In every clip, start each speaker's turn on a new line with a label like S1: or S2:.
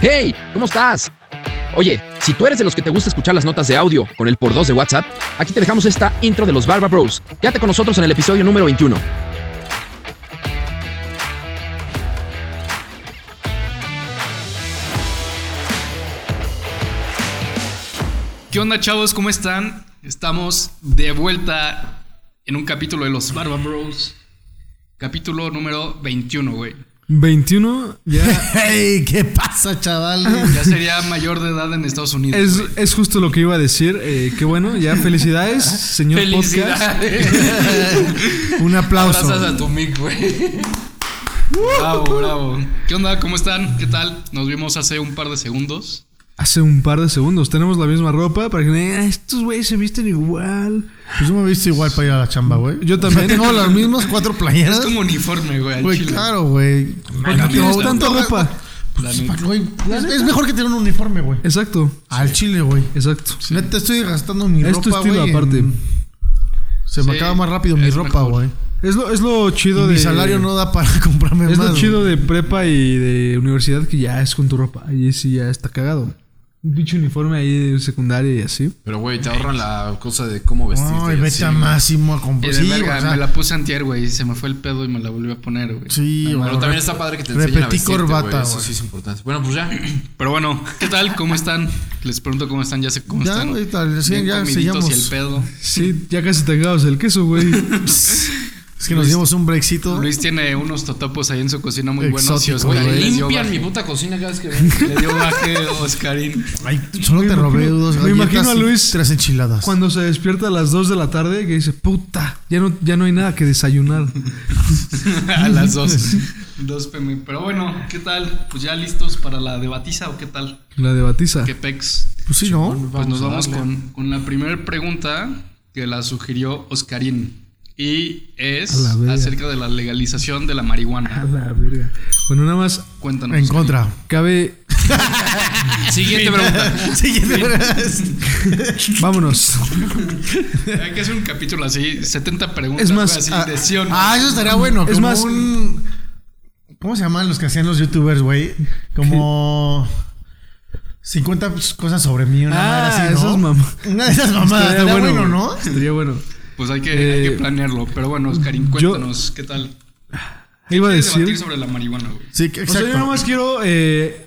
S1: Hey, ¿cómo estás? Oye, si tú eres de los que te gusta escuchar las notas de audio con el por 2 de WhatsApp, aquí te dejamos esta intro de los Barba Bros. Quédate con nosotros en el episodio número 21.
S2: ¿Qué onda, chavos? ¿Cómo están? Estamos de vuelta en un capítulo de los Barba Bros. Capítulo número 21, güey.
S3: 21 ya
S4: ¡Hey! ¿Qué pasa, chaval?
S2: Ya sería mayor de edad en Estados Unidos.
S3: es,
S2: güey.
S3: es justo lo que iba a decir. eh, qué bueno, ya felicidades, señor
S2: Felicidades.
S3: podcast. Un aplauso.
S2: Abrazas a tu mic, güey. Bravo, bravo. ¿Qué onda? ¿Cómo están? ¿Qué tal? Nos vimos hace un par de segundos.
S3: Hace un par de segundos tenemos la misma ropa para que me digan, "Ah, estos güeyes se visten igual.
S4: Pues yo me viste igual para ir a la chamba, güey.
S3: Yo
S4: O sea,
S3: también.
S4: tengo las mismas cuatro playeras.
S2: Es como uniforme, güey. al
S4: Güey,
S2: chile.
S4: claro, güey.
S3: ¿Por qué
S2: no,
S3: tienes
S2: no,
S3: tanta ropa?
S4: Pues, pa- güey, es, es mejor que tener un uniforme, güey.
S3: Exacto,
S4: Al chile, güey.
S3: exacto.
S4: Neta, estoy gastando mi
S3: Es tu
S4: ropa,
S3: estilo
S4: güey,
S3: aparte.
S4: en- Se me
S2: Sí,
S4: acaba más rápido mi
S2: es
S4: ropa,
S2: mejor.
S4: güey.
S3: Es lo, es lo chido de.
S4: Mi salario no da para comprarme
S3: Es
S4: más.
S3: lo chido
S4: güey.
S3: de prepa y de universidad que ya es con tu ropa. Ahí sí ya está cagado. Un pinche uniforme ahí de secundaria y así.
S5: Pero, güey, te ahorran la cosa de cómo vestirte.
S4: Ay,
S5: y
S4: vete
S5: así,
S4: a
S5: güey.
S4: máximo a
S2: Y
S4: comprar.
S2: de
S4: Pues Sí,
S2: verga,
S4: o sea,
S2: me la puse antier, güey. y Se me fue el pedo y me la volví a poner, güey.
S4: sí, güey.
S5: Pero también está padre que te
S4: Repetí
S5: enseñen a vestirte,
S4: corbata,
S5: güey, Eso
S4: güey.
S5: sí es importante. Bueno, pues ya.
S2: Pero bueno, ¿qué tal? ¿Cómo están? Les pregunto cómo están, ya sé cómo
S4: Ya,
S2: están.
S4: güey, tal, sí,
S2: Bien
S4: ya
S2: comiditos y el
S4: sellamos.
S2: pedo.
S3: Sí, ya casi te acabas el queso, güey.
S4: Es que nos dimos un brexito.
S2: Luis tiene unos totopos ahí en su cocina muy buenos. Y
S4: Exótico,
S2: Oscarín
S4: güey.
S2: le dio
S5: Limpian mi
S2: baje.
S5: puta cocina cada vez que ven.
S2: Le dio baje Oscarín.
S4: Ay, solo
S3: Me
S4: te
S3: imagino-
S4: robé dos
S3: me imagino
S4: galletas
S3: a
S4: y
S3: Luis
S4: tres enchiladas.
S3: Cuando se despierta a las 2 de la tarde, que dice, puta, ya no, ya no hay nada que desayunar.
S2: A las 2. 2 pm. Pero bueno, ¿qué tal? Pues ya listos para la debatiza o qué tal?
S3: La de Batiza.
S2: ¿Qué pex?
S4: Pues sí, ¿no?
S2: Pues nos
S5: a
S2: vamos
S5: darle.
S2: con, con la primera pregunta que la sugirió Oscarín. Y
S3: A
S2: es
S3: la verga.
S2: acerca de la legalización de la marihuana.
S3: A la verga. Bueno, nada más,
S2: Cuéntanos.
S4: En
S2: Oscarín.
S4: contra.
S3: cabe.
S2: Siguiente pregunta.
S3: Vámonos.
S2: Hay que hacer un capítulo así, 70 preguntas.
S3: Es más,
S2: güey, así,
S4: Ah,
S2: de sí o no.
S4: Ah, eso estaría bueno.
S3: Es
S4: como
S3: más-
S4: un- ¿Cómo se llaman los que hacían los youtubers, güey? Como. 50 cosas sobre mí, una
S3: Ah,
S4: madre así, ¿no?
S3: esas mamá-
S4: Una de esas mamadas. Estaría bueno, ¿no?
S3: Estaría bueno.
S2: Pues hay que, hay que
S3: Eh,
S2: planearlo. Pero bueno, Oscarín,
S3: yo-
S2: cuéntanos qué tal.
S3: Iba a
S2: ¿Quieres
S3: decir.
S2: debatir sobre la marihuana, güey?
S4: Sí,
S3: O sea,
S4: exacto.
S3: yo nada más quiero eh,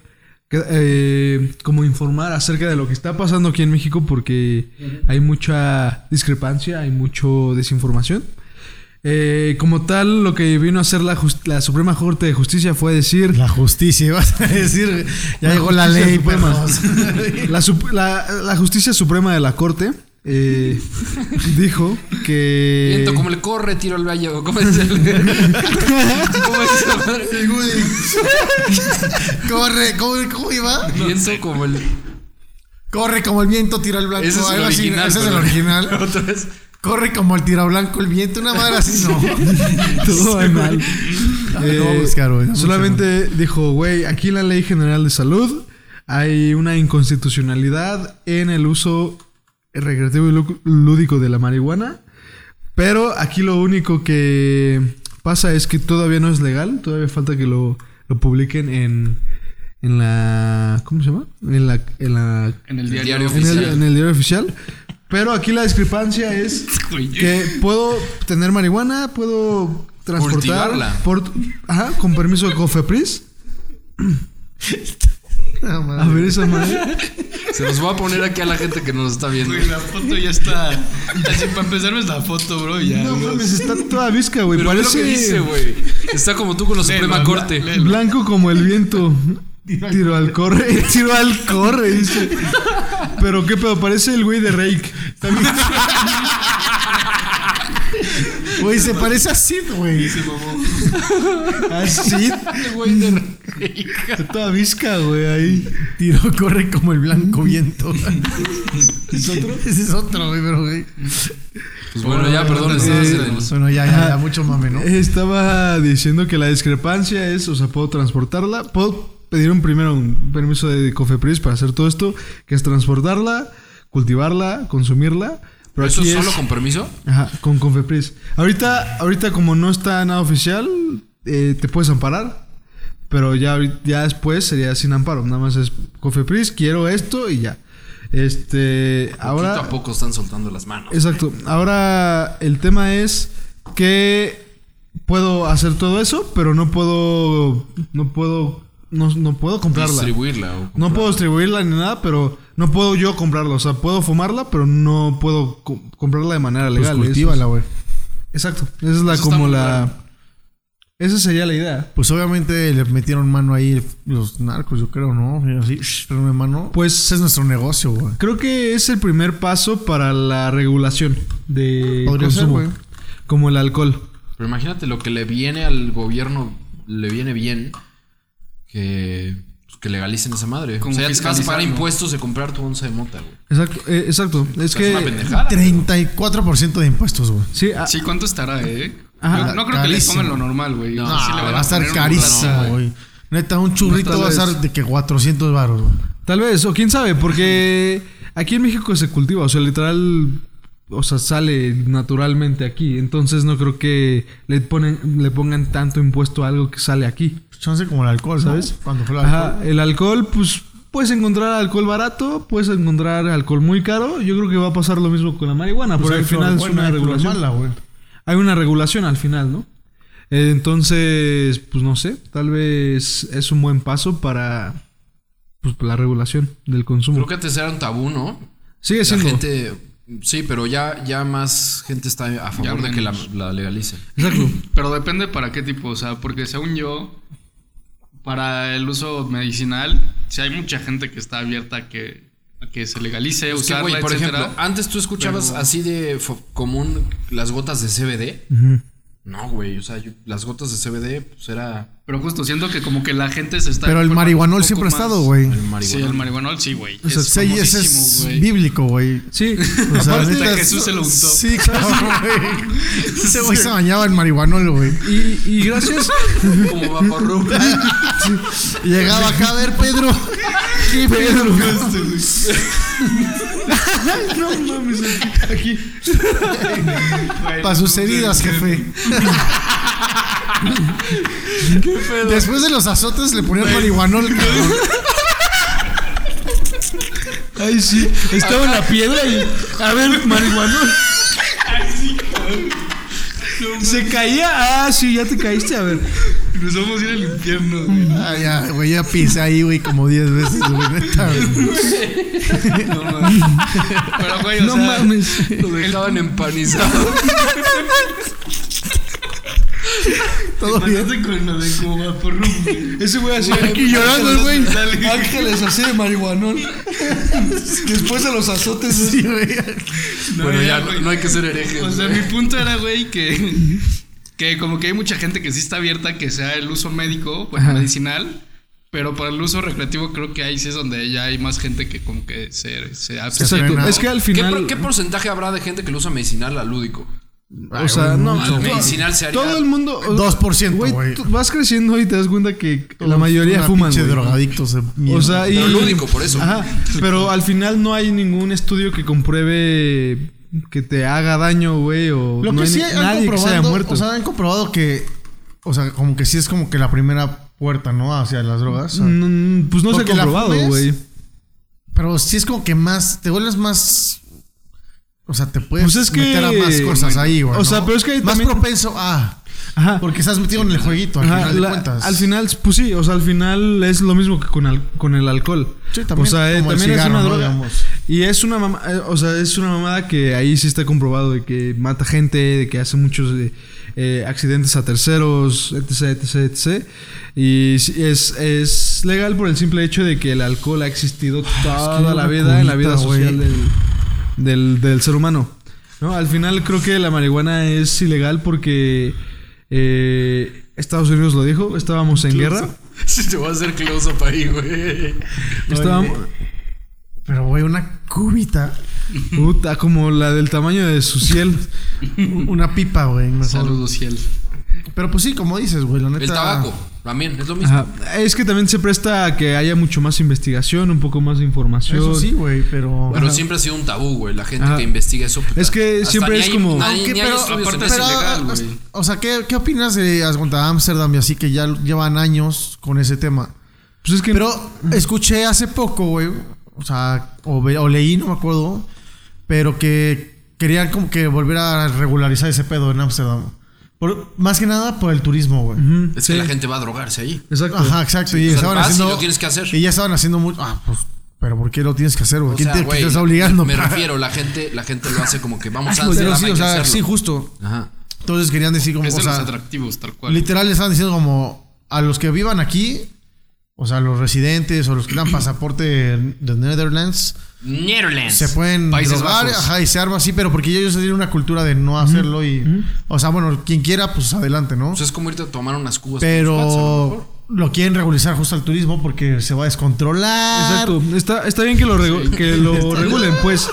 S3: que- eh, como informar acerca de lo que está pasando aquí en México porque hay mucha discrepancia, hay mucho desinformación. Eh, como tal, lo que vino a hacer la, jus- la Suprema Corte de Justicia fue decir...
S4: La justicia, ibas a decir. Ya
S3: La
S4: llegó la
S3: justicia
S4: ley, pues.
S3: suprema.
S4: perros.
S3: La, sup- la- la Justicia Suprema de la Corte eh, dijo que...
S4: Eh.
S5: Viento, como le corre, tiro al gallo. ¿Cómo es el.? ¿Cómo es esa madre?
S4: Corre, corre, ¿cómo iba?
S5: Viento como el.
S4: Corre como el viento, tira el blanco.
S2: Ese es el
S4: algo así,
S2: original,
S4: Ese es el
S2: pero-
S4: original.
S2: Otra vez.
S4: Corre como el tira blanco, el viento, una madre así, ¿no?
S3: Todo va mal.
S4: ver, lo voy a buscar, güey. Dame un
S3: Eh, Solamente dijo, güey, aquí en la Ley General de Salud hay una inconstitucionalidad en el uso recreativo y lu- lúdico de la marihuana. Pero aquí lo único que pasa es que todavía no es legal. Todavía falta que lo, lo publiquen en, en la... ¿Cómo se llama? En la... En, la,
S2: En el diario,
S5: diario
S3: en, el,
S2: oficial.
S3: en el diario oficial. Pero aquí la discrepancia es
S2: Güey,
S3: que puedo tener marihuana, puedo transportarla.
S5: Cultivarla.
S3: ajá, con permiso de Cofepris.
S4: No, madre.
S3: A ver esa madre.
S5: Se los voy a poner aquí a la gente que nos está viendo.
S2: güey, la foto ya está. Así, para empezar, no es la foto, bro. Ya.
S3: No
S2: Los-
S3: mames, está toda visca, güey.
S5: Pero ve lo
S3: Parece
S5: que dice, güey. Está como tú con la
S2: Léelo,
S5: Suprema
S2: habla-
S5: Corte.
S2: léelo.
S3: blanco como el viento. Tiro al corre, tiro al corre, dice. Pero qué pedo, parece el güey de Rake. También-
S4: Güey, se parece a Sid, güey.
S3: Así,
S5: güey, de-
S3: está toda visca, güey, ahí.
S4: Tiro corre como el blanco viento. ¿Es otro? Ese es otro, güey, pero güey.
S5: Pues bueno, ya, perdón, estabas en el-
S2: Pues
S4: Bueno, ya, ya, ya, mucho mame, ¿no?
S3: Eh, Estaba diciendo que la discrepancia es, o sea, puedo transportarla, puedo pedir un primero un permiso de Cofepris para hacer todo esto, que es transportarla, cultivarla, consumirla. Pero
S5: ¿Eso
S3: aquí es-
S5: solo con permiso?
S3: Ajá, con Cofepris. Ahorita, ahorita como no está nada oficial, eh, te puedes amparar. Pero ya, ahorita- ya después sería sin amparo. Nada más es Cofepris, quiero esto y ya. Este. Ahora.
S5: Poquito a poco están soltando las manos.
S3: Exacto. Ahora el tema es que puedo hacer todo eso, pero no puedo. No puedo. No, no puedo comprarla.
S5: Distribuirla. o-
S3: No puedo distribuirla ni nada, pero no puedo yo comprarla. O sea, puedo fumarla, pero no puedo co- comprarla de manera
S4: Pues
S3: legal.
S4: cultívala, güey.
S3: Eso es- exacto. Esa es la
S2: Eso está
S3: como
S2: muy
S3: la.
S2: raro.
S3: Esa sería la idea.
S4: Pues obviamente le metieron mano ahí los narcos, yo creo, ¿no? Y Así, shh, ponme mano.
S3: Pues-
S4: ese es nuestro negocio, güey.
S3: Creo que es el primer paso para la regulación de
S4: Podría ser,
S3: consumo.
S4: güey.
S3: como el alcohol.
S5: Pero imagínate lo que le viene al gobierno, le viene bien que, pues, que legalicen esa madre.
S2: Como
S5: o sea, ya te vas a
S2: fiscalizar,
S5: pagar
S2: ¿no?
S5: impuestos de comprar tu onza de mota, güey.
S3: Exacto. eh, exacto. Es
S5: O sea,
S3: que.
S5: es una pendejada.
S4: 34% de impuestos, güey.
S3: Sí, ah, a-
S2: Sí, ¿cuánto estará, eh?
S3: Ajá.
S2: Yo no creo que les
S4: Carísimo.
S2: pongan lo normal, güey.
S5: No,
S2: Sí le
S4: Ah,
S2: van
S4: va a estar
S2: poner un
S4: carísimo,
S2: ratón, güey.
S4: güey. Neta, un churrito
S3: Tal
S4: va a estar
S3: vez.
S4: de que 400 baros, güey.
S3: Tal vez, o quién sabe, porque aquí en México se cultiva, o sea, literal, o sea, sale naturalmente aquí. Entonces no creo que le, ponen, le pongan tanto impuesto a algo que sale aquí.
S4: Chance como el alcohol, ¿sabes? Cuando fue el alcohol.
S3: Ajá, el alcohol, pues puedes encontrar alcohol barato, puedes encontrar alcohol muy caro. Yo creo que va a pasar lo mismo con la marihuana,
S4: Pues
S3: porque
S4: hay
S3: al final es
S4: flor buena,
S3: una
S4: hay flor
S3: regulación.
S4: mala, güey.
S3: Hay una regulación al final, ¿no? Eh, Entonces, pues no sé, tal vez es un buen paso para pues, la regulación del consumo.
S5: Creo que antes era un tabú, ¿no?
S3: Sigue
S5: La
S3: siendo.
S5: gente, sí, pero ya, ya más gente está a favor de que la,
S2: menos.
S5: la legalicen.
S3: Exacto.
S2: Pero depende para qué tipo, o sea, porque según yo, para el uso medicinal, si hay mucha gente que está abierta a que, a que se legalice,
S5: Es que,
S2: usarla,
S5: güey, por
S2: etcétera.
S5: ejemplo, antes tú escuchabas
S2: Pero-
S5: así de fo- común las gotas de CBD. No, güey, o sea, yo- las gotas de CBD, pues era
S2: Pero justo siento que como que la gente se está...
S4: Pero el
S2: informando un
S4: marihuanol
S2: poco
S4: siempre ha
S2: más.
S4: estado, güey.
S5: el
S2: Sí,
S5: marihuana.
S2: el marihuanol sí, güey.
S4: O sea,
S2: Es
S4: sí, ese es
S2: famosísimo, güey.
S4: bíblico, güey.
S3: Sí.
S4: O sea,
S2: Aparte,
S4: neta,
S2: Jesús se lo untó.
S4: Sí, claro, güey. Ese güey se bañaba en marihuanol, güey.
S3: Y, y gracias.
S5: Como vaporru.
S4: Llegaba acá a ver, Pedro. ¿Qué Pedro?
S3: no mames, aquí.
S4: Para sus heridas, jefe. Después de los azotes le ponían marihuanol, cabrón.
S3: Ay, sí. Estaba en la piedra y. A ver, marihuana. Se caía. Ah, sí, ya te caíste. A ver.
S2: Nos vamos a ir al infierno, güey.
S4: Ah, ya, güey, ya pisé ahí, güey, como 10 veces, güey. neta, güey.
S2: No mames. Pero, güey, o
S3: No
S2: sea,
S3: mames.
S5: Lo dejaban empanizado.
S4: Todo bien.
S2: imagínate con lo de como vaporru, güey.
S3: Ese güey así.
S4: Aquí llorando el güey.
S2: Dale.
S3: Ángeles así de marihuanón. Después de los azotes.
S4: Sí, güey.
S2: No,
S5: Bueno, ya,
S2: güey.
S5: no hay que ser hereje.
S2: O sea, mi punto era, güey, que, que como que hay mucha gente que sí está abierta a que sea el uso médico, bueno, medicinal, pero para el uso recreativo creo que ahí sí es donde ya hay más gente que como que se, se hace.
S3: Exacto.
S4: frena.
S3: Es que al
S5: ¿Qué,
S3: final.
S5: por- qué porcentaje habrá de gente que lo usa medicinal a lúdico?
S3: O sea, no.
S5: mucho,
S3: todo-
S5: medicinal se haría-
S3: Todo el mundo.
S4: 2%, güey.
S3: Güey, tú vas creciendo y te das cuenta que la mayoría
S4: Una
S3: fuman.
S4: pinche
S3: güey.
S4: drogadictos de mierda.
S3: O sea, y.
S5: Pero lúdico, por eso.
S3: Ajá, pero al final no hay ningún estudio que compruebe que te haga daño, güey, o
S4: Lo
S3: no
S4: que
S3: hay
S4: sí
S3: ni-
S4: han
S3: nadie que se haya
S4: comprobado,
S3: muerto.
S4: o sea, han comprobado que, o sea, como que sí es como que la primera puerta, ¿no? Hacia las drogas. o sea,
S3: No, no, pues no se ha
S4: porque la
S3: comprobado,
S4: fumes-
S3: güey.
S4: Pero sí es como que más, te vuelves más, o sea, te puedes
S3: Pues es que-
S4: meter a más cosas ahí, güey.
S3: O sea,
S4: ¿no?
S3: pero es que
S4: más
S3: también-
S4: propenso a,
S3: Ajá.
S4: porque estás metido en el jueguito al
S3: Ajá,
S4: final de
S3: la-
S4: cuentas.
S3: al final, pues sí, o sea, al final es lo mismo que con, al- con el alcohol.
S4: Sí, también
S3: o sea, eh,
S4: como el
S3: también
S4: cigarro,
S3: es
S4: ¿no?
S3: una droga.
S4: Digamos.
S3: Y es una mama- eh, o sea, es una mamada que ahí sí está comprobado de que mata gente, de que hace muchos eh, eh, accidentes a terceros, etc, etc, etc. Y sí, es, es legal por el simple hecho de que el alcohol ha existido toda
S4: que
S3: la
S4: una
S3: vida en la vida
S4: cubita, güey.
S3: social del, del, del ser humano. ¿no? Al final creo que la marihuana es ilegal porque eh, Estados Unidos lo dijo, estábamos en guerra.
S5: Si te voy a hacer close up ahí, güey.
S3: Estábamos,
S4: Pero, güey, una cubita,
S3: puta, como la del tamaño de su cielo.
S4: una pipa, güey. mejor.
S2: Saludos, cielo.
S4: Pero pues sí, como dices, güey, la neta.
S5: El tabaco, también, es lo mismo.
S3: Ajá. Es que también se presta a que haya mucho más investigación, un poco más de información.
S4: Eso sí, güey, pero.
S5: Pero siempre ha sido un tabú, güey. La gente
S3: Ajá.
S5: que investiga eso. puta,
S3: Es que
S5: hasta
S3: siempre
S5: ni
S3: es
S5: hay-
S3: como-
S5: ni-
S3: Ah,
S4: Aunque,
S5: ni hay
S4: pero,
S5: estudios en
S2: aparte,
S5: eso.
S4: pero,
S2: es ilegal,
S4: o-
S2: güey.
S4: o sea, ¿qué, qué opinas de haz cuenta, Amsterdam y así que ya llevan años con ese tema?
S3: Pues es que
S4: Pero escuché hace poco, güey, o sea, o, ve- o leí, no me acuerdo, pero que querían como que volver a regularizar ese pedo en Amsterdam. Por- más que nada por el turismo, güey.
S3: Ujú,
S5: Es
S3: sí.
S5: que la gente va a drogarse ahí.
S3: Exacto.
S4: Ajá, exacto. y
S5: o sea,
S4: estaban
S5: vas y
S4: haciendo.
S5: lo tienes que hacer.
S4: Y ya estaban haciendo mucho. Ah, pues, pero ¿por qué lo tienes que hacer, güey?
S5: O
S4: ¿Quién
S5: sea,
S4: te, quién
S5: güey,
S4: te está obligando?
S5: Me
S4: pa?
S5: refiero, la gente, la gente lo hace como que vamos a
S4: Pues,
S5: hacer
S4: yo
S5: la
S4: sí, o
S5: máquina de
S4: sea,
S5: hacerlo.
S4: sí, justo.
S5: Ajá.
S4: Entonces querían decir como.
S2: Es de
S4: o sea,
S2: los atractivos, tal cual.
S4: Literal le estaban diciendo como a los que vivan aquí, o sea, los residentes o los que tengan pasaporte de Netherlands,
S5: Netherlands.
S4: se pueden
S2: Países
S4: drogar,
S2: Bajos.
S4: ajá, y se arma así, pero porque ya ellos tienen una cultura de no hacerlo y, o sea, bueno, quien quiera, pues adelante, ¿no?
S5: O sea, es como irte a tomar unas cubas. con los cuates, a lo mejor.
S4: pero lo quieren regularizar justo al turismo porque se va a descontrolar.
S3: Exacto. Está, está bien que lo, regu- que lo regulen, pues.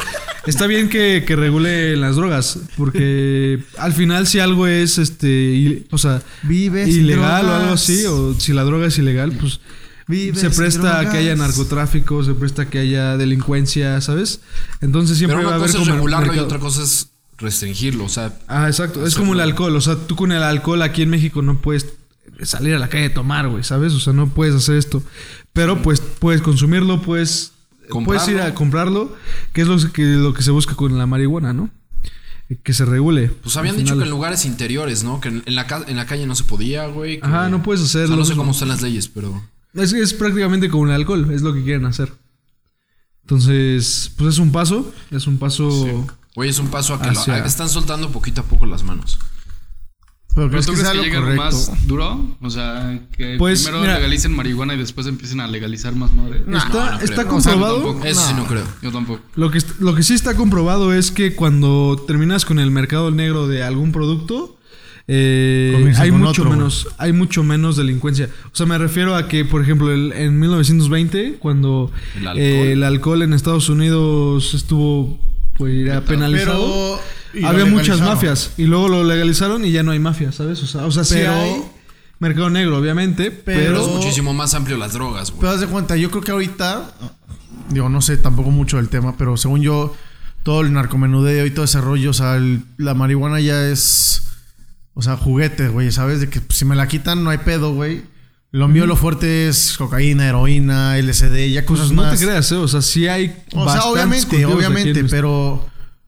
S3: Está bien que, que regule las drogas. Porque al final, si algo es este. il- O sea,
S4: Vive sin
S3: ilegal o
S4: drogas.
S3: algo así, o si la droga es ilegal, pues.
S4: Vive
S3: se
S4: sin
S3: presta a que haya
S4: drogas.
S3: narcotráfico, se presta a que haya delincuencia, ¿sabes? Entonces siempre
S5: Pero
S3: va a
S5: una
S3: haber
S5: cosa es
S3: como.
S5: regularlo y
S3: mercado.
S5: otra cosa es restringirlo. O sea,
S3: Ah, exacto. Es como el alcohol. O sea, tú con el alcohol aquí en México no puedes salir a la calle a tomar, güey, ¿sabes? O sea, no puedes hacer esto. Pero pues puedes consumirlo, puedes, puedes ir a
S5: Comprarlo.
S3: comprarlo, que es lo que, lo que se busca con la marihuana, ¿no? Eh, Que se regule.
S5: pues habían
S3: Al
S5: dicho que en
S3: final.
S5: lugares interiores, ¿no? Que en en la, ca- en la calle no se podía, güey. que-
S3: Ajá, no puedes
S5: eh, O
S3: hacerlo.
S5: sea, no sé cómo están las leyes, pero.
S3: Es, es prácticamente como el alcohol, es lo que quieren hacer. Entonces, pues es un paso, es un paso...
S5: Oye, es un paso a que lo-
S3: Hacia-
S5: a- están soltando poquito a poco las manos.
S2: ¿Pero
S4: Pero crees
S2: tú
S4: que
S2: crees
S4: sea
S2: que,
S4: lo
S2: llegue algo
S4: correcto.
S2: más duro? O sea, que
S3: Pues,
S2: primero
S3: mira.
S2: legalicen marihuana y después empiecen a legalizar más madre.
S3: está
S5: no, no
S3: está
S5: creo. O sea,
S3: comprobado.
S2: tampoco.
S5: Eso sí
S2: No.
S5: no creo.
S2: Yo tampoco.
S3: Lo que, est- lo que sí está comprobado es que cuando terminas con el mercado negro de algún producto, eh,
S4: Comienza
S3: hay
S4: con
S3: mucho
S4: otro,
S3: menos, hay mucho menos delincuencia. O sea, me refiero a que, por ejemplo, el- en 1920, cuando
S5: El
S3: eh, el
S5: alcohol.
S3: alcohol, en Estados Unidos estuvo pues, era penalizado,
S4: y lo
S3: había muchas
S4: legalizaron.
S3: mafias y luego lo legalizaron y ya no hay mafias, ¿sabes? O sea, o sea sí
S4: Pero-
S3: hay mercado negro, obviamente,
S5: Pero,
S3: pero,
S5: es muchísimo más amplio las drogas, güey.
S4: Pero haz de cuenta, yo creo que ahorita, digo, no sé tampoco mucho del tema, pero según yo, todo el narcomenudeo y todo ese rollo, o sea, el- la marihuana ya es, o sea, juguete, güey, ¿sabes? De que pues, si me la quitan no hay pedo, güey. Lo mío, lo fuerte es cocaína, heroína, LSD, ya cosas
S3: pues, no
S4: más.
S3: te creas, ¿eh? o sea, sí hay
S4: o sea,
S3: bastantes
S4: obviamente,
S3: cultivos aquí en
S4: obviamente,
S3: nuestro-
S4: pero,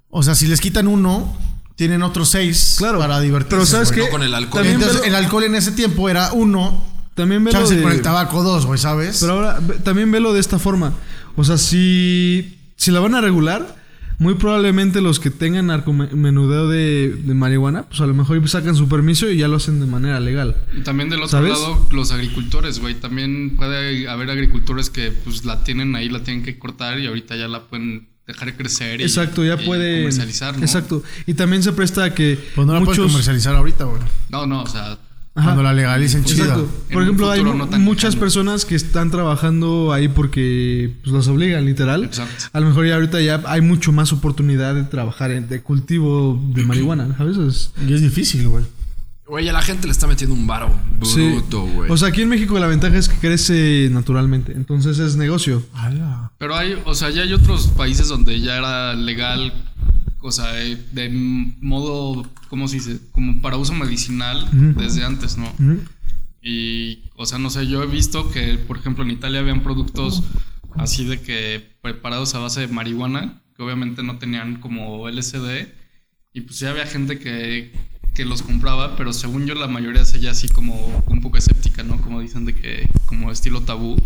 S4: o sea, si les quitan uno, tienen otros seis
S3: Claro,
S4: para divertirse.
S3: pero ¿sabes
S4: güey.
S3: qué?
S5: no con el alcohol.
S3: También
S4: Entonces,
S3: velo-
S4: el alcohol en ese tiempo era uno,
S3: También velo
S4: chance
S3: de-
S4: con el tabaco dos, güey, ¿sabes?
S3: Pero ahora, ve- también velo de esta forma. O sea, si, si la van a regular, muy probablemente los que tengan narcomenudeo de, de marihuana, pues a lo mejor sacan su permiso y ya lo hacen de manera legal.
S2: Y También del otro
S3: ¿Sabes?
S2: lado, los agricultores, güey. También puede haber agricultores que pues la tienen ahí, la tienen que cortar y ahorita ya la pueden dejar crecer y,
S3: Exacto, ya
S2: y
S3: puede.
S2: comercializar, ¿no?
S3: Exacto. Y también se presta a que
S4: Pues no la puedes
S3: muchos.
S4: comercializar ahorita, güey.
S2: No, no, o sea,
S3: Ajá.
S4: Cuando la legalicen chida.
S3: Pues Exacto.
S2: En
S3: Por
S2: un
S3: ejemplo, hay
S2: futuro no tan
S3: muchas
S2: lejano.
S3: personas que están trabajando ahí porque pues, los obligan, literal.
S2: Exacto.
S3: A lo mejor ya ahorita ya hay mucho más oportunidad de trabajar en, de cultivo de marihuana, ¿sabes? Es-
S4: Y es difícil, güey.
S5: Güey, a la gente le está metiendo un varo
S3: Sí.
S5: bruto, güey.
S3: O sea, aquí en México la ventaja es que crece naturalmente. Entonces es negocio.
S2: pero hay, o sea, ya hay otros países donde ya era legal, o sea, de, de modo, ¿cómo se dice? Como para uso medicinal desde antes, ¿no?
S3: ¿Mm?
S2: Y, o sea, no sé, yo he visto que, por ejemplo, en Italia habían productos así de que preparados a base de marihuana, que obviamente no tenían como LSD, y pues ya había gente que, que los compraba, pero según yo la mayoría se ya así como un poco escéptica, ¿no? Como dicen de que, como estilo tabú.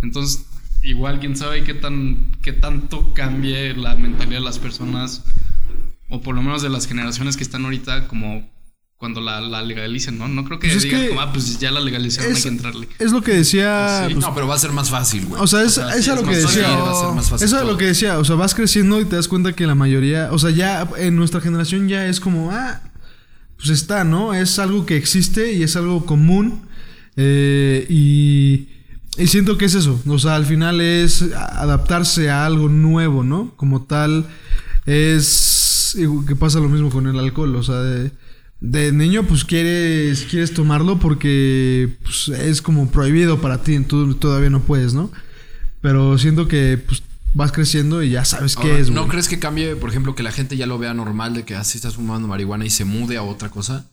S2: Entonces, igual, quién sabe qué, tan, qué tanto cambie la mentalidad de las personas, o por lo menos de las generaciones que están ahorita, como cuando la, la legalicen, ¿no? No creo que
S3: Pues es
S2: digan,
S3: que-
S2: como, ah, pues ya la legalizaron, hay que entrarle.
S3: es lo que decía.
S2: Sí.
S3: pues,
S5: no, pero va a ser más fácil, güey.
S3: o sea, es,
S2: o sea,
S3: es
S2: sí,
S3: a lo
S2: es
S3: que
S2: más
S3: decía.
S2: fácil,
S5: va a ser más fácil
S3: Eso es lo
S5: todo.
S3: que decía. O sea, vas creciendo y te das cuenta que la mayoría. O sea, ya en nuestra generación ya es como. Ah, pues está, ¿no? Es algo que existe y es algo común. Eh, y. Y siento que es eso. O sea, al final es a- adaptarse a algo nuevo, ¿no? Como tal, es. y Que pasa lo mismo con el alcohol. O sea, de- de niño, pues quieres, quieres tomarlo porque pues, es como prohibido para ti, entonces todavía no puedes, ¿no? Pero siento que pues, vas creciendo y ya sabes qué
S5: Ahora,
S3: es,
S5: ¿No
S3: güey.
S5: crees que cambie, por ejemplo, que la gente ya lo vea normal de que así estás fumando marihuana y se mude a otra cosa?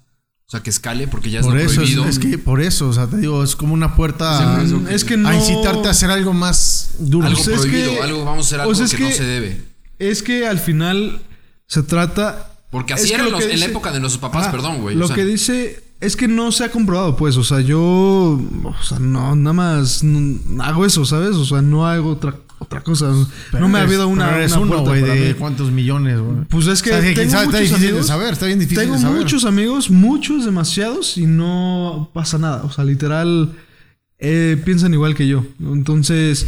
S5: O sea, que escale porque ya es
S4: Por
S5: lo
S4: eso, es,
S5: prohibido.
S4: es que por eso, o sea, te digo, es como una puerta a,
S3: Es que- es que no-
S4: a incitarte a hacer algo más duro.
S5: Algo
S3: pues es
S5: prohibido,
S3: que-
S5: algo vamos a hacer
S3: o
S5: algo
S3: sea, es
S5: que, no
S3: que-
S5: se debe.
S3: Es que al final se trata.
S5: Porque
S3: es
S5: así
S3: que
S5: era
S3: lo
S5: en los-
S3: que
S5: en la
S3: dice-
S5: época de nuestros papás,
S3: Ajá,
S5: perdón, güey.
S3: Lo
S5: o sea,
S3: que dice es que no se ha comprobado, pues. O sea, yo. O sea, no, nada más mm, hago eso, ¿sabes? O sea, no hago otra, otra cosa. no me ha habido una.
S4: Pero eres
S3: una
S4: uno,
S3: puerta
S4: güey,
S3: para
S4: de
S3: mí.
S4: cuántos millones, güey.
S3: Pues es que
S4: O sea,
S3: tengo
S4: quién sabe, está
S3: muchos
S4: difícil
S3: amigos-
S4: de saber, está bien difícil
S3: Tengo
S4: de saber.
S3: muchos amigos, muchos, demasiados, y no pasa nada. O sea, literal, eh, piensan igual que yo. Entonces,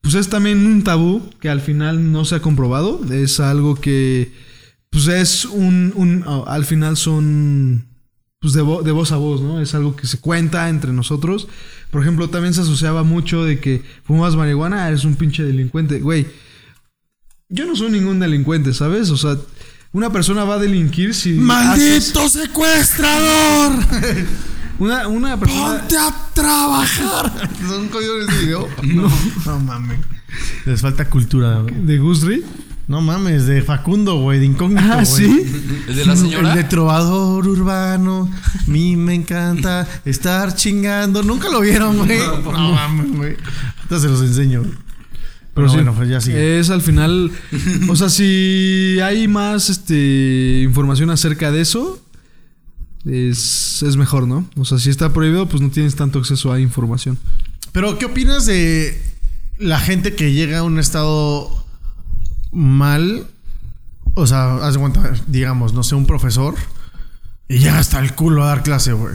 S3: pues es también un tabú que al final no se ha comprobado. Es algo que, pues es un, un- a- al final son, pues de, vo- de voz a voz, ¿no? Es algo que se cuenta entre nosotros. Por ejemplo, también se asociaba mucho de que fumas marihuana, eres un pinche delincuente. Güey, yo no soy ningún delincuente, ¿sabes? O sea, una persona va a delinquir si... haces-
S4: ¡Maldito secuestrador!
S3: Una, una persona...
S4: ¡Ponte a trabajar!
S2: ¿Son códigos de video?
S4: No, no mames. Les falta cultura, güey.
S3: ¿De Gusri?
S4: No mames, de Facundo, güey, de incógnito,
S3: Ah,
S4: güey.
S3: ¿sí?
S5: ¿El de la señora?
S4: Mm, El de trovador urbano. A mí me encanta estar chingando. Nunca lo vieron, güey. No, mames, güey. Ahorita se los enseño. güey. Pero
S3: sí,
S4: bueno, pues ya sigue.
S3: Es al final... o sea, si hay más este, información acerca de eso, es, es mejor, ¿no? O sea, si está prohibido, pues no tienes tanto acceso a información.
S4: Pero, ¿qué opinas de la gente que llega a un estado mal? O sea, haz de cuenta, digamos, no sé, un profesor y llega hasta el culo a dar clase, güey.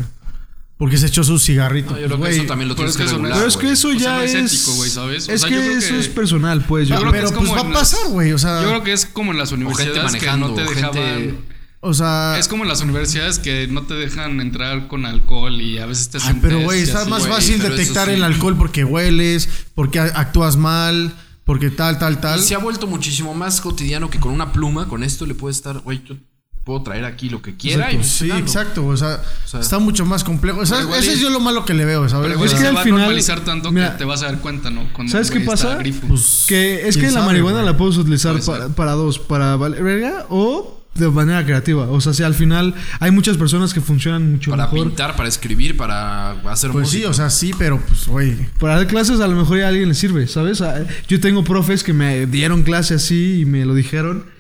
S4: Porque se echó su cigarrito.
S5: No, yo creo
S4: Güey,
S5: que eso también lo
S2: pero
S5: tienes
S2: es
S5: que
S2: que eso no
S5: regular,
S2: Ah,
S3: Pero es
S5: güey.
S3: que eso
S2: O sea,
S3: ya
S2: no es
S3: es...
S2: ético, güey, ¿sabes? O
S3: Es
S2: sea, yo
S3: que
S2: creo
S3: eso
S2: que-
S3: es personal, pues. Yo
S2: Yo
S3: creo
S2: creo que
S3: que-
S4: Pero
S2: es
S4: pues
S2: como
S4: va
S2: en
S4: a
S2: las-
S4: pasar, güey. O sea,
S2: Yo creo que es como en las universidades que
S5: manejando,
S2: no te
S5: o gente-
S2: dejaban.
S4: o sea
S2: Es como en las universidades que no te dejan entrar con alcohol y a veces te
S4: Ay, pero
S2: sentencias
S4: güey, está
S2: y-
S4: más
S5: güey,
S4: fácil
S5: pero eso
S4: detectar
S5: sí.
S4: el alcohol porque hueles, porque a- actúas mal, porque tal, tal,
S5: Y
S4: tal.
S5: se ha vuelto muchísimo más cotidiano que con una pluma, con esto le puedes estar, güey, yo puedo traer aquí lo que quiera
S4: Exacto,
S5: y me
S4: sí,
S5: estoy dando.
S4: exacto. O sea,
S5: sea,
S4: está mucho más complejo. O sea,
S2: pero igual
S4: ese
S2: y-
S4: es yo lo malo que le veo, ¿sabes?
S2: Pero igual
S4: O
S2: es
S4: sea,
S2: que
S3: que
S2: se
S3: al
S2: va
S3: final-
S2: a normalizar tanto
S3: mira,
S2: que te vas a dar cuenta, ¿no? Cuando,
S3: ¿sabes qué
S2: güey, está
S3: pasa?
S2: grifo.
S4: pues,
S3: Que es que
S4: quién
S3: la
S4: sabe,
S3: marihuana
S4: güey.
S3: la puedes utilizar
S2: Puede
S3: pa-
S2: ser.
S3: para dos, para valer verga o de manera creativa. O sea, si al final hay muchas personas que funcionan mucho
S5: Para
S3: mejor.
S5: pintar, para escribir, para hacer
S4: Pues sí,
S5: música.
S4: o sea, sí, pero pues, güey.
S3: Para dar clases a lo mejor ya a alguien le sirve, ¿sabes? A- Yo tengo profes que me dieron clase así y me lo dijeron.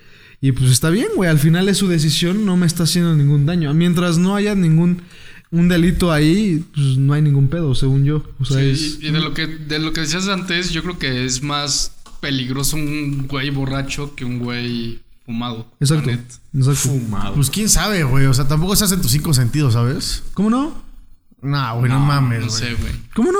S3: Y pues está bien, güey. Al final es su decisión, no me está haciendo ningún daño. Mientras no haya ningún un delito ahí, pues no hay ningún pedo, según yo. O sea,
S2: Sí,
S3: es-
S2: y y de lo que de lo que decías antes, yo creo que es más peligroso un güey borracho que un güey fumado.
S3: Exacto.
S2: la neta.
S3: Exacto.
S4: Pues quién sabe, güey. O sea, tampoco se hacen tus cinco sentidos, ¿sabes?
S3: ¿Cómo no?
S4: Nah, güey, no, mames,
S2: No
S4: güey.
S2: sé, güey.
S3: ¿Cómo no?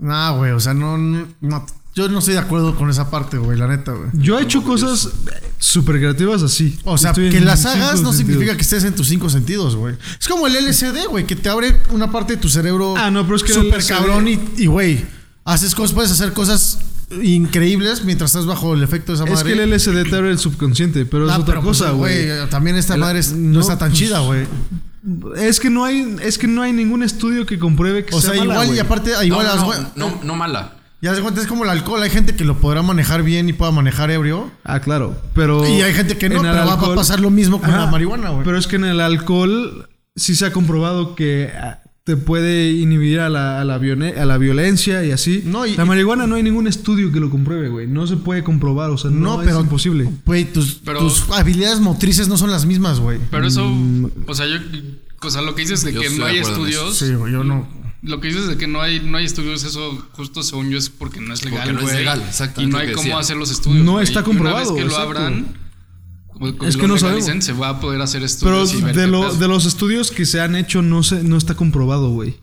S4: Nah, güey, o sea, no, no- no- Yo no estoy de acuerdo con esa parte, güey, la neta, güey.
S3: Yo he hecho cosas eh, súper creativas así.
S4: O sea,
S3: Estoy en
S4: que las
S3: mis cinco
S4: hagas no
S3: sentidos.
S4: significa que estés en tus cinco sentidos, güey. Es como el LCD, güey, que te abre una parte de tu cerebro.
S3: Ah, no, pero es que el
S4: Súper
S3: LSD
S4: cabrón y, y, güey, haces cosas, puedes hacer cosas increíbles mientras estás bajo el efecto de esa
S3: Es
S4: madre.
S3: que el LSD te abre el subconsciente, pero
S4: Ah,
S3: es otra
S4: pero, pues,
S3: cosa, güey.
S4: También esta
S3: El-
S4: madre es- no,
S3: no,
S4: está tan
S3: pues,
S4: chida, güey.
S3: es que no hay, es que no hay ningún estudio que compruebe que
S4: O sea,
S3: sea mala,
S4: igual y
S3: güey.
S4: aparte, ah,
S5: No,
S4: igual
S5: no,
S4: las
S5: no,
S4: güey-
S5: no, no mala.
S4: Ya se cuenta, es como el alcohol. Hay gente que lo podrá manejar bien y pueda manejar ebrio.
S3: Ah, claro, pero
S4: Y hay gente que no,
S3: en el
S4: pero va a
S3: alcohol-
S4: pasar lo mismo con
S3: Ajá,
S4: la marihuana, güey.
S3: Pero es que en el alcohol sí se ha comprobado que ah, te puede inhibir a la, a la, vione- a la violencia y así.
S4: No, y-
S3: la marihuana no hay ningún estudio que lo compruebe, güey. No se puede comprobar, o sea, no,
S4: No,
S3: es
S4: pero-
S3: imposible.
S4: Güey, tus,
S2: Pero-
S4: tus habilidades motrices no son las mismas, güey.
S2: Pero eso,
S3: Mm.
S2: o sea, yo o sea, lo que dices de
S5: Yo
S2: que
S5: estoy
S2: no
S5: de
S2: hay
S5: acuerdo en eso.
S2: estudios,
S4: Sí, güey, yo no.
S2: lo que dices de que no hay no hay estudios, eso justo según yo es porque no es legal,
S5: Porque no es
S2: güey.
S5: legal, exacto,
S2: Y
S5: es
S2: no
S5: lo
S2: hay
S5: que
S2: cómo
S5: decía.
S2: hacer los estudios.
S3: No
S2: güey.
S3: está
S2: Y Una
S3: comprobado,
S2: vez que lo
S3: exacto.
S2: abran, o- o
S3: Es que
S2: lo
S3: no
S2: legalicen,
S3: sabemos.
S2: se va a poder hacer
S3: Pero
S2: estudios. y ver
S3: de,
S2: qué
S3: lo-
S2: pedo.
S3: de los estudios que se han hecho no se, no está comprobado, güey.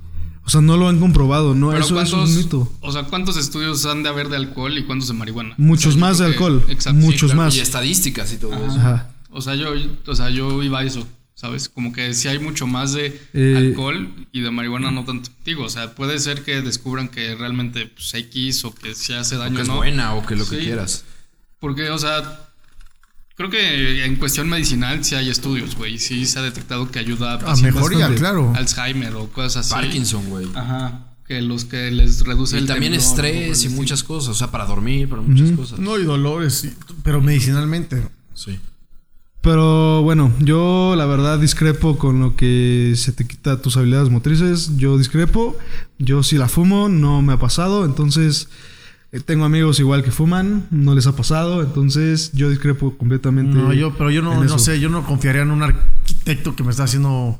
S3: O sea, no lo han comprobado, no,
S2: Pero
S3: eso es
S2: ¿cuántos,
S3: un mito.
S2: O sea, ¿cuántos estudios han de haber de alcohol y cuántos de marihuana?
S3: Muchos
S2: O sea, yo
S3: más de
S2: creo que-
S3: alcohol,
S2: sí,
S3: muchos
S2: claro.
S3: más.
S5: Y estadísticas y todo eso.
S3: Ajá.
S2: O sea, yo, o sea, yo iba a eso, ¿sabes? Como que si hay mucho más de
S3: Eh,
S2: alcohol y de marihuana no tanto. Digo, o sea, puede ser que descubran que realmente pues, X o que se hace
S5: O
S2: daño
S5: que es
S2: no.
S5: buena o que lo que
S2: Sí.
S5: quieras.
S2: Porque, o sea, Creo que en cuestión medicinal sí hay estudios, güey. Sí se ha detectado que ayuda
S4: A mejoría, claro.
S2: Alzheimer o cosas así.
S5: Parkinson, güey.
S2: Ajá. Que los que les reduce
S5: y
S2: Ah, el
S5: también
S2: temblor,
S5: estrés y
S2: güey.
S5: muchas cosas. O sea, para dormir, para muchas cosas.
S4: No, y dolores, y- pero medicinalmente.
S5: Sí.
S3: Pero bueno, yo la verdad discrepo con lo que se te quita tus habilidades motrices. Yo discrepo. Yo sí la fumo, no me ha pasado. Entonces, eh, tengo amigos igual que fuman, no les ha pasado. Entonces, yo discrepo completamente.
S4: No, yo, pero yo no,
S3: en
S4: no
S3: eso.
S4: sé, yo no confiaría en un arquitecto que me está haciendo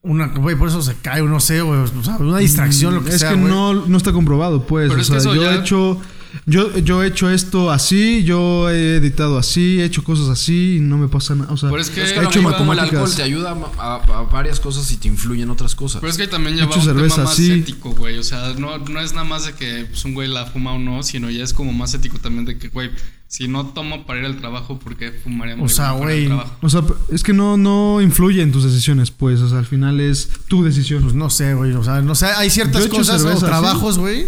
S4: una. Güey, por eso se cae, no sé, güey. O sea, una distracción, lo que
S3: Mm, es
S4: sea.
S3: que
S4: güey.
S3: no, no está comprobado, pues.
S2: Pero
S3: o
S2: es que
S3: sea,
S2: eso
S3: yo
S2: ya-
S3: he hecho. Yo, yo he hecho esto así, yo he editado así, he hecho cosas así y no me pasa nada. O sea,
S2: Pero es que
S5: Es
S2: He
S5: que
S2: hecho
S5: lo mismo como el alcohol
S3: matemáticas.
S5: te ayuda a, a- a varias cosas y te influye en otras cosas.
S2: Pero es que también ya va
S3: Mucha
S2: un
S3: cerveza,
S2: tema más
S3: sí.
S2: ético, güey. O sea, no, no es nada más de que pues, un güey la fuma o no, sino ya es como más ético también de que, güey, si no tomo para ir al trabajo, ¿por qué fumaría
S4: O sea,
S2: marihuana para ir al
S4: güey,
S2: trabajo?
S3: O sea, es que no, no influye en tus decisiones, pues. O sea, al final es tu decisión.
S4: Pues no sé, güey. O sea, no sé, hay
S3: Yo
S4: ciertas
S3: he hecho
S4: cosas
S3: cerveza,
S4: o trabajos, güey,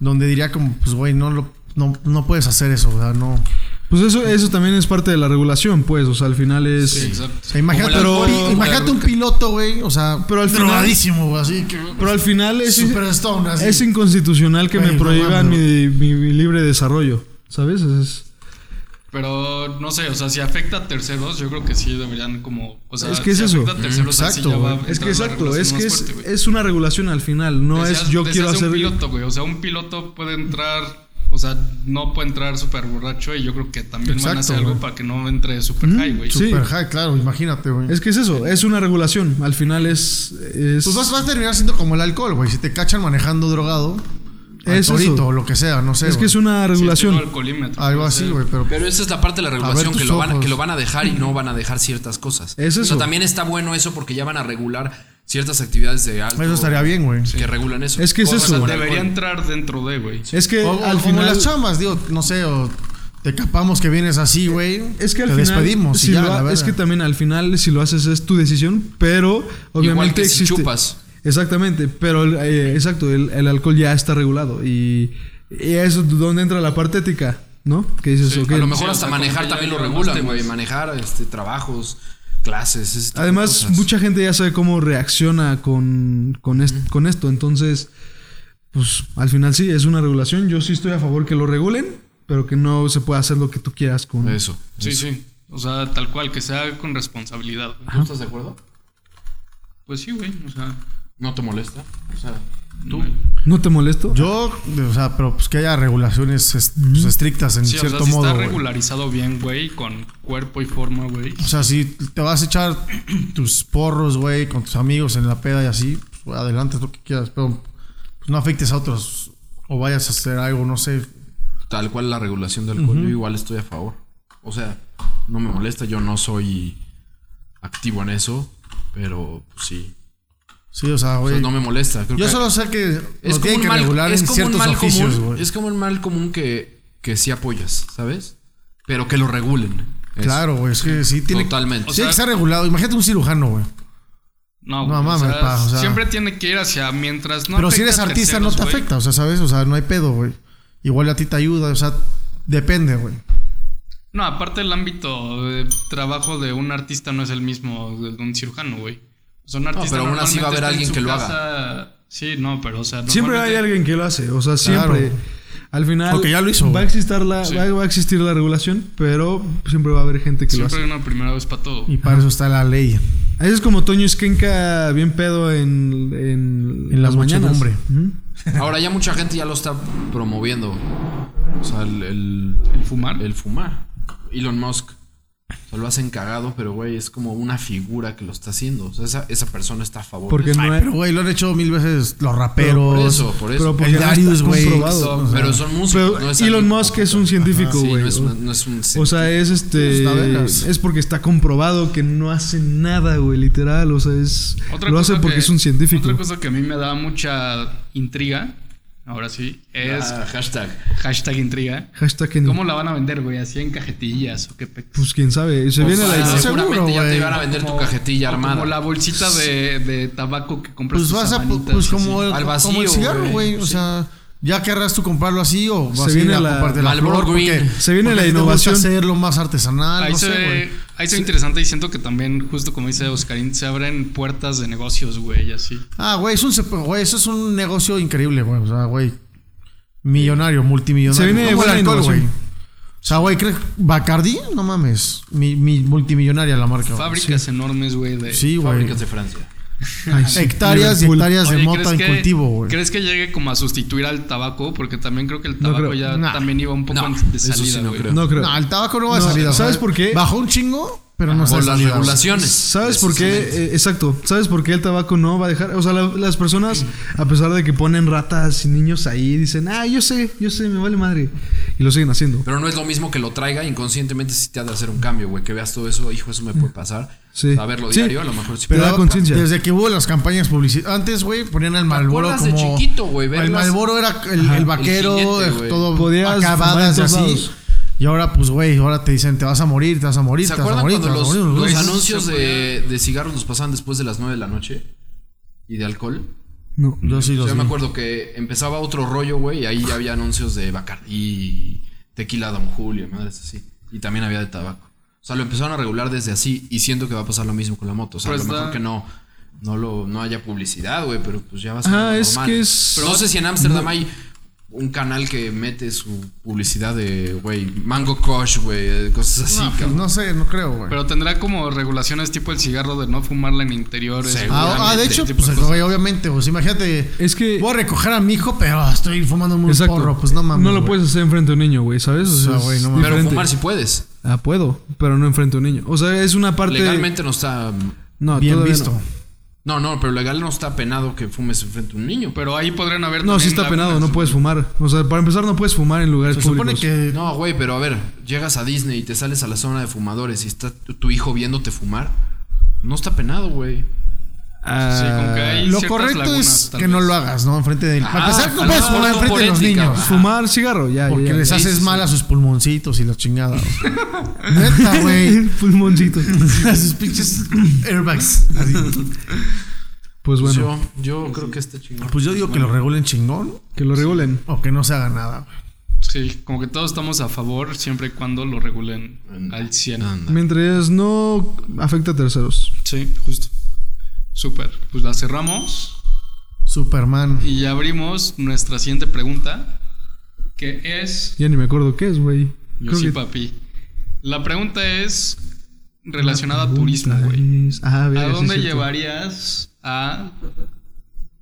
S4: donde diría como, pues, güey, no lo. No, no puedes hacer eso, o sea, no. O
S3: Pues eso, eso también es parte de la regulación, pues. O sea, al final es.
S2: Sí, exacto.
S4: sea, imagínate,
S2: Como el
S4: un
S2: alcohol,
S4: pi-
S2: como la
S4: imagínate un
S2: ruca.
S4: piloto, güey, o sea,
S3: Pero al final-
S4: drogadísimo, güey, así que.
S3: Pero al final es,
S4: Super Stone, así.
S3: es inconstitucional que
S4: Güey,
S3: me
S4: no
S3: prohíban
S4: mames,
S3: mi, mi- mi libre desarrollo. ¿Sabes? Es,
S2: Pero no sé, o sea, si afecta a terceros, yo creo que sí deberían como. O sea,
S3: Es que es
S2: si
S3: eso.
S2: afecta a terceros,
S4: Mm,
S2: así
S4: exacto,
S2: ya va a
S4: güey.
S3: es que
S2: entrar una
S3: exacto, es
S2: regulación
S3: que
S2: más
S3: es,
S2: fuerte, güey.
S3: es una regulación al final. No
S2: Decías-
S3: es yo
S2: decías
S3: quiero
S2: de
S3: hacer.
S2: un piloto, güey. O sea, un piloto puede entrar. O sea, no puede entrar súper borracho y yo creo que también van a hacer
S4: Exacto,
S2: algo
S4: güey.
S2: para que no entre súper high, güey.
S3: sí.
S4: Super high, claro, imagínate, güey.
S3: Es que es eso, es una regulación. Al final es. es
S4: Pues vas, vas a terminar siendo como el alcohol, güey. Si te cachan manejando drogado, al
S3: Es
S4: torito
S3: eso.
S4: o lo que sea, no sé.
S3: es que
S4: güey.
S3: es una
S2: Sí,
S3: regulación.
S2: tengo alcoholímetro,
S4: Algo
S2: puede
S4: así,
S2: ser.
S4: güey, pero.
S5: Pero esa es la parte de la regulación,
S4: tus
S5: que lo, van,
S4: ojos.
S5: que lo van a dejar y no van a dejar ciertas cosas.
S3: Es
S5: O sea,
S3: eso.
S5: también está bueno eso porque ya van a regular ciertas actividades de alto.
S4: Eso estaría bien, güey.
S5: Que regulan eso.
S3: Es que es
S5: O sea,
S3: eso.
S5: debería
S2: Debería
S5: entrar-
S2: entrar dentro de, güey.
S3: Es que
S4: O, o
S3: al
S4: como
S3: final.
S4: las chamas, digo, no sé, o te capamos que vienes así, güey.
S3: Eh, Es que al
S4: te
S3: final.
S4: despedimos
S3: si
S4: y ya,
S3: lo ha-
S4: la
S3: es que
S4: verga.
S3: también al final, si lo haces, es tu decisión, pero obviamente
S5: Igual que si
S3: existe.
S5: chupas.
S3: Exactamente, pero el- eh, exacto, el, el alcohol ya está regulado y, y es donde entra la parte ética, ¿no? Que dices, ok.
S5: A lo mejor
S2: Sí,
S5: hasta
S2: o sea, como que
S5: manejar
S2: ya
S5: también lo
S2: llegaste,
S5: regulan,
S2: güey.
S5: güey. Manejar este, trabajos, clases. ese tipo de
S3: Además,
S5: cosas.
S3: mucha gente ya sabe cómo reacciona con, con, est- con esto, entonces, pues al final sí, es una regulación. Yo sí estoy a favor que lo regulen, pero que no se pueda hacer lo que tú quieras con
S5: Eso.
S2: Sí, sí. O sea, tal cual, que sea con responsabilidad. güey.
S5: ¿Tú estás de acuerdo?
S2: Pues sí, güey. O sea,
S5: ¿No te molesta? O sea, tú.
S3: ¿No te molesto?
S4: Yo, o sea, pero pues que haya regulaciones est- pues, estrictas en
S2: sí, o sea,
S4: cierto
S2: si
S4: modo.
S2: está
S4: güey.
S2: regularizado bien, güey, con cuerpo y forma, güey.
S4: O sea, si te vas a echar tus porros, güey, con tus amigos en la peda y así, pues, güey, adelante es lo que quieras, pero pues, no afectes a otros o vayas a hacer algo, no sé.
S5: tal cual la regulación del alcohol, yo igual estoy a favor. O sea, no me molesta, yo no soy activo en eso, pero pues, sí.
S4: Sí, o sea,
S5: O
S4: güey.
S5: sea, no me molesta. creo
S4: Yo
S5: que-
S4: solo sé que
S5: es
S4: lo
S5: como
S4: tienen
S5: un
S4: que regular
S5: mal, es
S4: en
S5: como un
S4: ciertos
S5: mal
S4: oficios,
S5: común,
S4: güey.
S5: es como un mal común que que sí apoyas, ¿sabes? Pero que lo regulen. Eso.
S4: Claro, güey, es que sí tiene,
S5: Totalmente.
S4: sí
S2: sea-
S4: tiene que ser regulado. Imagínate un cirujano, güey.
S2: No,
S4: No
S2: güey, o
S4: mames,
S2: sea,
S4: pa, o sea.
S2: siempre tiene que ir hacia mientras no
S4: Pero si
S2: afecte
S4: eres
S2: a
S4: artista no
S2: terceros,
S4: te
S2: güey.
S4: afecta, o sea, ¿sabes? O sea, no hay pedo, güey. Igual a ti te ayuda, o sea, depende, güey.
S2: No, aparte el ámbito de trabajo de un artista no es el mismo del de un cirujano, güey. O sea, un artista
S5: pero aún así va a haber alguien que lo haga.
S2: haga. Sí, no, pero o sea,
S3: Siempre hay
S2: normalmente-
S3: alguien que lo hace, o sea,
S4: Claro.
S3: siempre. Al final
S4: Porque ya lo hizo,
S3: va, a
S4: güey.
S3: existir la,
S2: Sí.
S3: va, va a existir la regulación, pero siempre va a haber gente que
S2: Siempre
S3: lo
S2: hay
S3: hace.
S2: una primera vez para todo.
S4: Y para eso está la ley.
S3: Ahí es como Toño Esquenca bien pedo en, en,
S4: En la
S3: las mañanas.
S4: muchedumbre.
S3: Ujú.
S5: Ahora ya mucha gente ya lo está promoviendo. O sea, el, el,
S2: El fumar.
S5: el fumar. Elon Musk. O sea, lo hacen cagado, pero güey, es como una figura que lo está haciendo. O sea, esa, esa persona está a favor. de
S3: Porque
S5: eso.
S3: no hay-
S4: Pero, güey, lo han hecho mil veces los
S5: Pero
S4: raperos. pues
S5: por eso, por eso.
S3: pero
S4: El
S3: porque no
S4: Darius,
S3: está
S4: güey.
S3: comprobado, o sea.
S5: pero
S4: pues
S5: son músicos.
S3: Pero
S5: no es
S3: Elon
S5: alguien
S3: Musk
S5: como-
S3: es un científico,
S5: Sí,
S3: güey.
S5: no es,
S3: o-
S5: una- no es un
S3: O sea, es este.
S4: Está vergas.
S3: Es porque está comprobado que no hace nada, güey, literal. O sea, es. lo hace
S2: cosa
S3: porque
S2: que-
S3: es un científico.
S2: Otra cosa que a mí me da mucha intriga, ahora sí, es
S5: Ah, hashtag.
S2: hashtag intriga.
S3: Hashtag en-
S2: ¿Cómo la van a vender, güey? ¿Así en cajetillas o qué pe-
S3: Pues quién sabe. Se viene la
S5: Ah,
S3: idea.
S5: seguramente
S4: Seguro,
S5: ya te
S4: güey.
S5: iban a vender tu
S2: Como-
S5: cajetilla
S2: o
S5: armada.
S2: Como la bolsita de, de tabaco que compras.
S4: Pues
S2: tus
S4: vas a.
S2: sabanitas,
S4: Pues
S2: así.
S4: como el,
S5: Al
S4: como
S5: vacío,
S4: el cigarro,
S5: güey.
S4: güey. O
S5: Sí.
S4: sea, ¿Ya querrás tú comprarlo así o vas
S3: Se
S4: a ir
S3: viene
S4: a
S3: la-
S4: comprarte la
S5: Marlboro
S4: flor?
S5: Green.
S4: Porque-
S3: Se viene
S4: porque
S3: la
S4: te gusta
S3: innovación.
S4: hacerlo más artesanal,
S2: Ahí,
S4: no
S2: se,
S4: sé,
S2: ve,
S4: güey.
S2: ahí se ve interesante y siento que también, justo como dice Oscarín, se abren puertas de negocios, güey, y así.
S4: Ah, güey, es un sep- güey, eso es un negocio increíble, güey. O sea, güey. Millonario, multimillonario.
S3: Se viene
S4: Como el
S3: buena
S4: alcohol,
S3: innovación.
S4: güey. O sea, güey, ¿crees Bacardi? No mames. Mi, mi multimillonaria la marca. güey.
S2: Fábricas enormes, güey, de...
S4: Sí, güey.
S5: Fábricas de Francia.
S4: Ay, sí. Hectáreas y
S3: Liverpool.
S4: hectáreas de
S2: Oye,
S4: mota en
S2: que-
S4: cultivo, güey.
S2: ¿Crees que llegue como a sustituir al tabaco? Porque también creo que el tabaco
S3: creo.
S2: ya
S4: Nah.
S2: también iba un poco
S5: No,
S2: en- de
S5: eso sí
S2: salida,
S5: no
S2: güey.
S5: creo.
S3: No creo.
S4: No, el tabaco no va a
S3: No,
S4: salir. o sea,
S3: ¿sabes por qué?
S4: Bajó un chingo, pero no está
S5: Por
S4: en
S5: las
S4: salida, güey.
S5: regulaciones.
S3: ¿Sabes por qué?
S5: Precisamente.
S3: Eh, exacto. ¿Sabes por qué el tabaco no va a dejar? O sea, la- las personas, a pesar de que ponen ratas y niños ahí, dicen, ah, yo sé, yo sé, me vale madre. Y lo siguen haciendo.
S5: Pero no es lo mismo que lo traiga inconscientemente si te ha de hacer un cambio, güey. Que veas todo eso, hijo, eso me puede pasar.
S3: Sí.
S5: Saberlo
S3: Sí.
S5: diario, a lo mejor sí.
S3: Pero-
S5: Pero,
S3: da
S4: Pero
S3: conciencia.
S4: Desde que hubo las campañas publicitarias. Antes, güey, ponían al Malboro
S5: acuerdas de
S4: como.
S5: chiquito, güey?
S4: El
S5: Verlas-
S4: Malboro era el, el vaquero, eh,
S5: El jinete, güey.
S4: todo
S3: Podías fumar en
S4: acabadas y
S3: todos
S4: así.
S3: lados.
S4: Y ahora, pues, güey, ahora te dicen, te vas a morir, te vas a morir,
S5: ¿Se
S4: te vas a
S5: acuerdan
S4: morir.
S5: cuando
S4: te vas
S5: los,
S4: a morir,
S5: los
S4: güey?
S5: anuncios de, de cigarros los pasaban después de las 9 de la noche? ¿Y de alcohol?
S3: No.
S4: Yo sí
S5: Yo
S4: los
S5: me
S4: vi.
S5: acuerdo que empezaba otro rollo, güey, y ahí ya había anuncios de Bacardi, Tequila Don Julio, madres así. Y también había de tabaco. O sea, lo empezaron a regular desde así y siento que va a pasar lo mismo con la moto. O sea,
S2: Pero
S5: a lo
S2: está-
S5: mejor que no, no, lo, no haya publicidad, güey, pero pues ya va a ser
S3: Ah, es
S5: normal.
S3: que es-
S5: Pero no sé si en Ámsterdam hay un canal que mete su publicidad de, güey, Mango Crush, güey, cosas así,
S4: No,
S5: cabrón.
S4: pues, no sé, no creo, güey.
S2: Pero tendrá como regulaciones tipo el cigarro de no fumarla en interiores.
S5: Seguro.
S2: güey.
S4: Ah, ah, de
S5: Obviamente,
S4: hecho,
S2: tipo de
S4: pues,
S2: cosas.
S4: güey, obviamente, pues, imagínate.
S3: Es que-
S4: Voy a recoger a mi hijo, pero estoy fumando un
S3: Exacto.
S4: porro, pues no mames.
S3: No lo
S4: güey.
S3: puedes hacer enfrente a un niño, güey, ¿sabes? O sea,
S4: O sea, güey,
S3: es
S4: no mames.
S5: Pero
S3: diferente.
S5: fumar si puedes.
S3: Ah, puedo, pero no enfrente a un niño. O sea, es una parte.
S5: Legalmente no está...
S3: no,
S4: Bien
S3: todavía
S4: visto.
S3: No,
S5: No, no, pero legal no está penado que fumes enfrente a un niño.
S2: Pero ahí podrían haber...
S3: No, sí
S2: también
S3: está
S2: la-
S3: penado, no puedes fumar. O sea, para empezar, no puedes fumar en lugares
S4: Se supone
S3: públicos.
S4: que.
S5: No, güey, pero a ver, llegas a Disney y te sales a la zona de fumadores y está tu, tu hijo viéndote fumar. No está penado, güey.
S3: Ah,
S2: Sí, como que hay
S4: Lo
S2: ciertas
S4: correcto
S2: lagunas,
S4: es
S2: tal
S4: que no
S2: vez.
S4: lo hagas, ¿no? Enfrente de.
S5: Ajá,
S4: Para empezar, no
S5: Ah, ojalá.
S4: pues, puedes poner
S5: No,
S4: enfrente
S5: por
S4: de los
S5: ética,
S4: niños.
S5: ajá.
S3: Fumar cigarro, ya.
S4: Porque
S3: ya,
S4: les
S3: ya.
S4: haces mal a sus pulmoncitos y la chingada. Neta, güey.
S3: Pulmoncito.
S4: a sus pinches airbags. Así.
S3: Pues bueno,
S5: yo, yo creo que está chingón.
S4: Pues yo digo que lo regulen chingón
S3: que lo regulen.
S4: o que no se haga nada. güey.
S2: Sí, como que todos estamos a favor siempre y cuando lo regulen al 100.
S5: Anda.
S3: Mientras no afecta a terceros.
S2: Sí, justo. Súper. Pues la cerramos.
S4: Superman.
S2: Y ya abrimos nuestra siguiente pregunta, que es...
S3: Ya ni me acuerdo qué es, güey.
S2: Yo
S3: Creo
S2: sí,
S3: que-
S2: papi. La pregunta es relacionada a
S3: Puta,
S2: turismo, güey.
S3: es- Ah,
S2: ¿A
S3: verga, sí,
S2: dónde
S3: es cierto.
S2: llevarías a...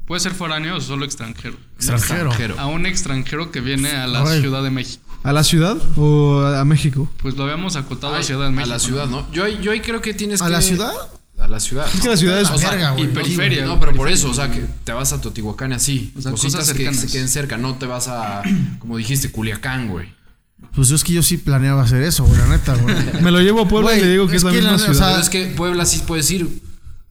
S2: Puede ser foráneo o solo extranjero.
S4: Extranjero.
S2: A un extranjero que viene a la
S4: Ay.
S2: Ciudad de México.
S3: ¿A la ciudad o a, a México?
S2: Pues lo habíamos acotado a
S5: Ay,
S2: Ciudad de México.
S5: a la ciudad, ¿no? Yo, ahí- yo ahí creo que tienes
S4: ¿A
S5: que-
S4: la ciudad?
S5: A la ciudad.
S3: Es que la ciudad es.
S5: O sea,
S4: Verga,
S2: Y
S4: güey.
S2: periferia.
S5: No, pero por eso, o sea, que te vas a Teotihuacán y así.
S2: O sea,
S5: cositas
S2: cosas
S5: que se
S2: cercanas.
S5: queden cerca. No te vas a, como dijiste, Culiacán, güey.
S4: Pues yo es que yo sí planeaba hacer eso, güey, la neta, güey.
S3: Me lo llevo a Puebla y
S4: Güey,
S3: le digo que
S4: es
S3: es la
S4: que
S3: misma
S4: la- o sea,
S3: ciudad.
S5: Pero es que Puebla sí puedes ir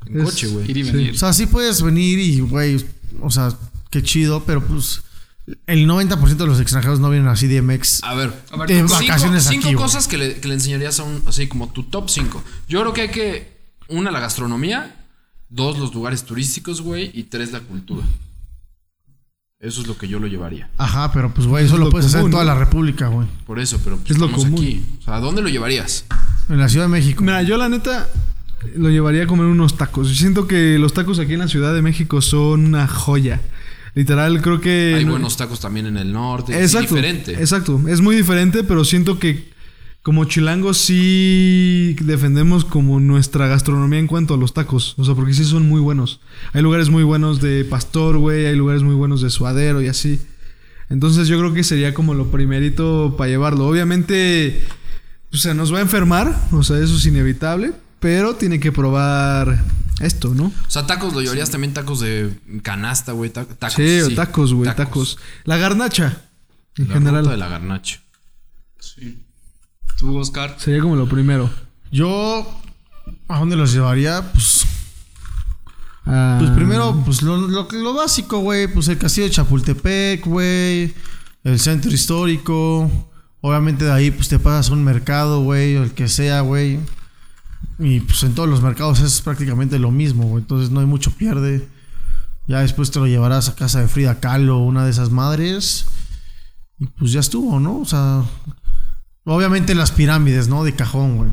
S5: en
S3: Es-
S5: coche, güey.
S2: Ir y venir.
S4: O sea, sí puedes venir y, güey, o sea, qué chido, pero pues el 90% de los extranjeros no vienen así de MX.
S5: A ver,
S2: A ver,
S4: de
S5: Cinco-
S4: vacaciones
S5: cinco
S4: aquí, güey.
S5: cosas que le, que le enseñarías a un, así como tu top 5. Yo creo que hay que, una, la gastronomía, dos, los lugares turísticos, güey, y tres, la cultura. Eso es lo que yo lo llevaría.
S4: Ajá, pero pues, güey, eso
S3: Es
S4: lo
S3: lo
S4: puedes hacer en
S3: común,
S4: toda
S3: ¿no?
S4: la República, güey.
S5: Por eso, pero pues,
S3: Es lo
S5: estamos
S3: común.
S5: aquí. O sea, ¿a dónde lo llevarías?
S4: En la Ciudad de México.
S3: Mira, yo la neta lo llevaría a comer unos tacos. Yo siento que los tacos aquí en la Ciudad de México son una joya. Literal, creo que.
S5: hay
S3: no-
S5: buenos tacos también en el norte. es
S3: Exacto.
S5: diferente.
S3: Exacto. Es muy diferente, pero siento que como chilangos sí defendemos como nuestra gastronomía en cuanto a los tacos. O sea, porque sí son muy buenos. Hay lugares muy buenos de pastor, güey. Hay lugares muy buenos de suadero y así. Entonces yo creo que sería como lo primerito para llevarlo. Obviamente, o sea, nos va a enfermar. O sea, eso es inevitable. Pero tiene que probar esto, ¿no?
S5: O sea, tacos lo llevarías también tacos de canasta, güey. ta- tacos,
S3: Sí, o tacos, güey, tacos. La garnacha, en
S5: La
S3: general,
S5: ruta de la garnacha.
S2: Sí. Tú, Oscar.
S3: sería como lo primero.
S4: Yo, ¿a dónde los llevaría? Pues
S3: Ah,
S4: Pues primero, pues lo, lo, lo básico, güey. Pues el castillo de Chapultepec, güey. El centro histórico. Obviamente de ahí, pues te pasas a un mercado, güey. O el que sea, güey. Y pues en todos los mercados es prácticamente lo mismo, güey. Entonces no hay mucho pierde. Ya después te lo llevarás a casa de Frida Kahlo, una de esas madres. Y pues ya estuvo, ¿no? O sea, obviamente las pirámides, ¿no? De cajón, güey.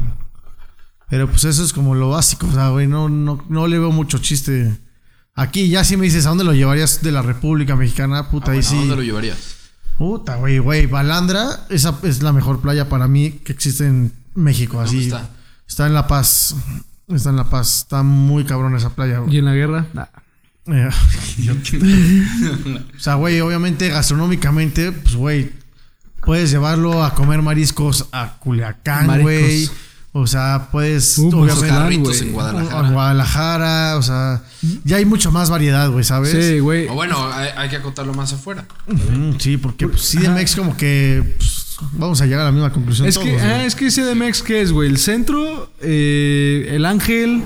S4: Pero pues eso es como lo básico, o sea, güey, no, no, no le veo mucho chiste. Aquí ya si me dices, ¿a dónde lo llevarías de la República Mexicana? Puta,
S5: Ah,
S4: ahí
S5: bueno,
S4: sí.
S5: ¿A dónde lo llevarías?
S4: Puta, güey, güey. Balandra, esa es la mejor playa para mí que existe en México. Así.
S5: está?
S4: Está en La Paz. Está en La Paz. Está muy cabrón esa playa,
S3: ¿Y
S4: güey.
S3: en la guerra? Nah.
S4: Eh, o sea, güey, obviamente, gastronómicamente, pues, güey, puedes llevarlo a comer mariscos a Culiacán,
S3: Mariscos.
S4: güey. O sea, puedes,
S3: Uh,
S5: Los
S3: Ojalá,
S5: carritos
S3: güey.
S5: en
S4: a
S5: Guadalajara.
S4: Guadalajara. O sea, ya hay mucha más variedad, güey, ¿sabes?
S3: Sí, güey.
S5: O bueno, hay, hay que acotarlo más afuera.
S4: Ujú, sí, porque pues, CDMX como que pues, vamos a llegar a la misma conclusión.
S3: Es
S4: todos,
S3: que,
S4: güey.
S3: ah, es que CDMX, ¿qué es, güey? El centro, eh, el ángel.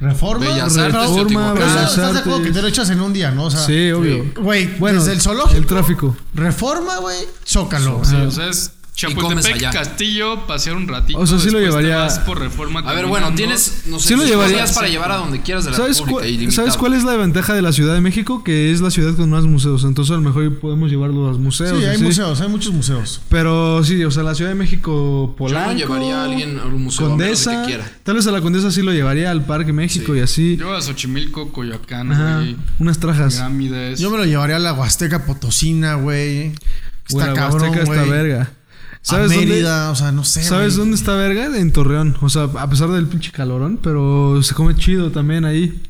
S4: Reforma,
S5: Bellas Artes,
S4: reforma.
S3: Reforma,
S5: Teotihuacán.
S4: Pero eso,
S3: Bellas
S4: ¿Estás de acuerdo que te
S3: Artes.
S4: lo echas en un día, no? O sea,
S3: Sí, obvio.
S4: Güey,
S3: Bueno,
S4: desde el zoológico.
S3: El tráfico.
S4: Reforma, güey. Zócalo.
S2: Sí, o sea, es
S5: comes
S2: Chapultepec,
S5: allá.
S2: Castillo, pasear un ratito.
S3: O sea, sí lo
S2: después te
S3: llevaría-
S2: vas por reforma
S5: A ver,
S2: caminando.
S5: bueno, tienes, no sé,
S3: Sí lo
S5: tus
S3: llevaría-
S5: días para llevar a donde quieras de la
S3: ¿Sabes,
S5: República.
S3: cuál-
S5: ilimitado.
S3: ¿Sabes cuál es la ventaja de la Ciudad de México? Que es la ciudad con más museos. Entonces, a lo mejor podemos llevarlo a los museos.
S4: Sí, hay
S3: así.
S4: museos, hay muchos museos.
S3: Pero sí, o sea, la Ciudad de México, Polanco.
S5: llevaría a alguien a un museo, a
S3: Condesa.
S5: menos de que quiera.
S3: Tal vez a la Condesa sí lo llevaría al Parque México y así.
S2: Yo a Xochimilco, Coyoacán,
S3: Ajá, Pues,
S2: güey,
S3: unas trajas.
S2: Pirámides.
S4: Yo me lo llevaría a la Huasteca Potosina, güey. Está
S3: Güey, la
S4: cabrón,
S3: Huasteca está
S4: güey.
S3: verga.
S4: A
S3: ¿Sabes dónde?
S4: Mérida, o sea, no sé.
S3: ¿Sabes
S4: güey.
S3: dónde está verga? En Torreón. O sea, a pesar del pinche calorón, pero se come chido también ahí.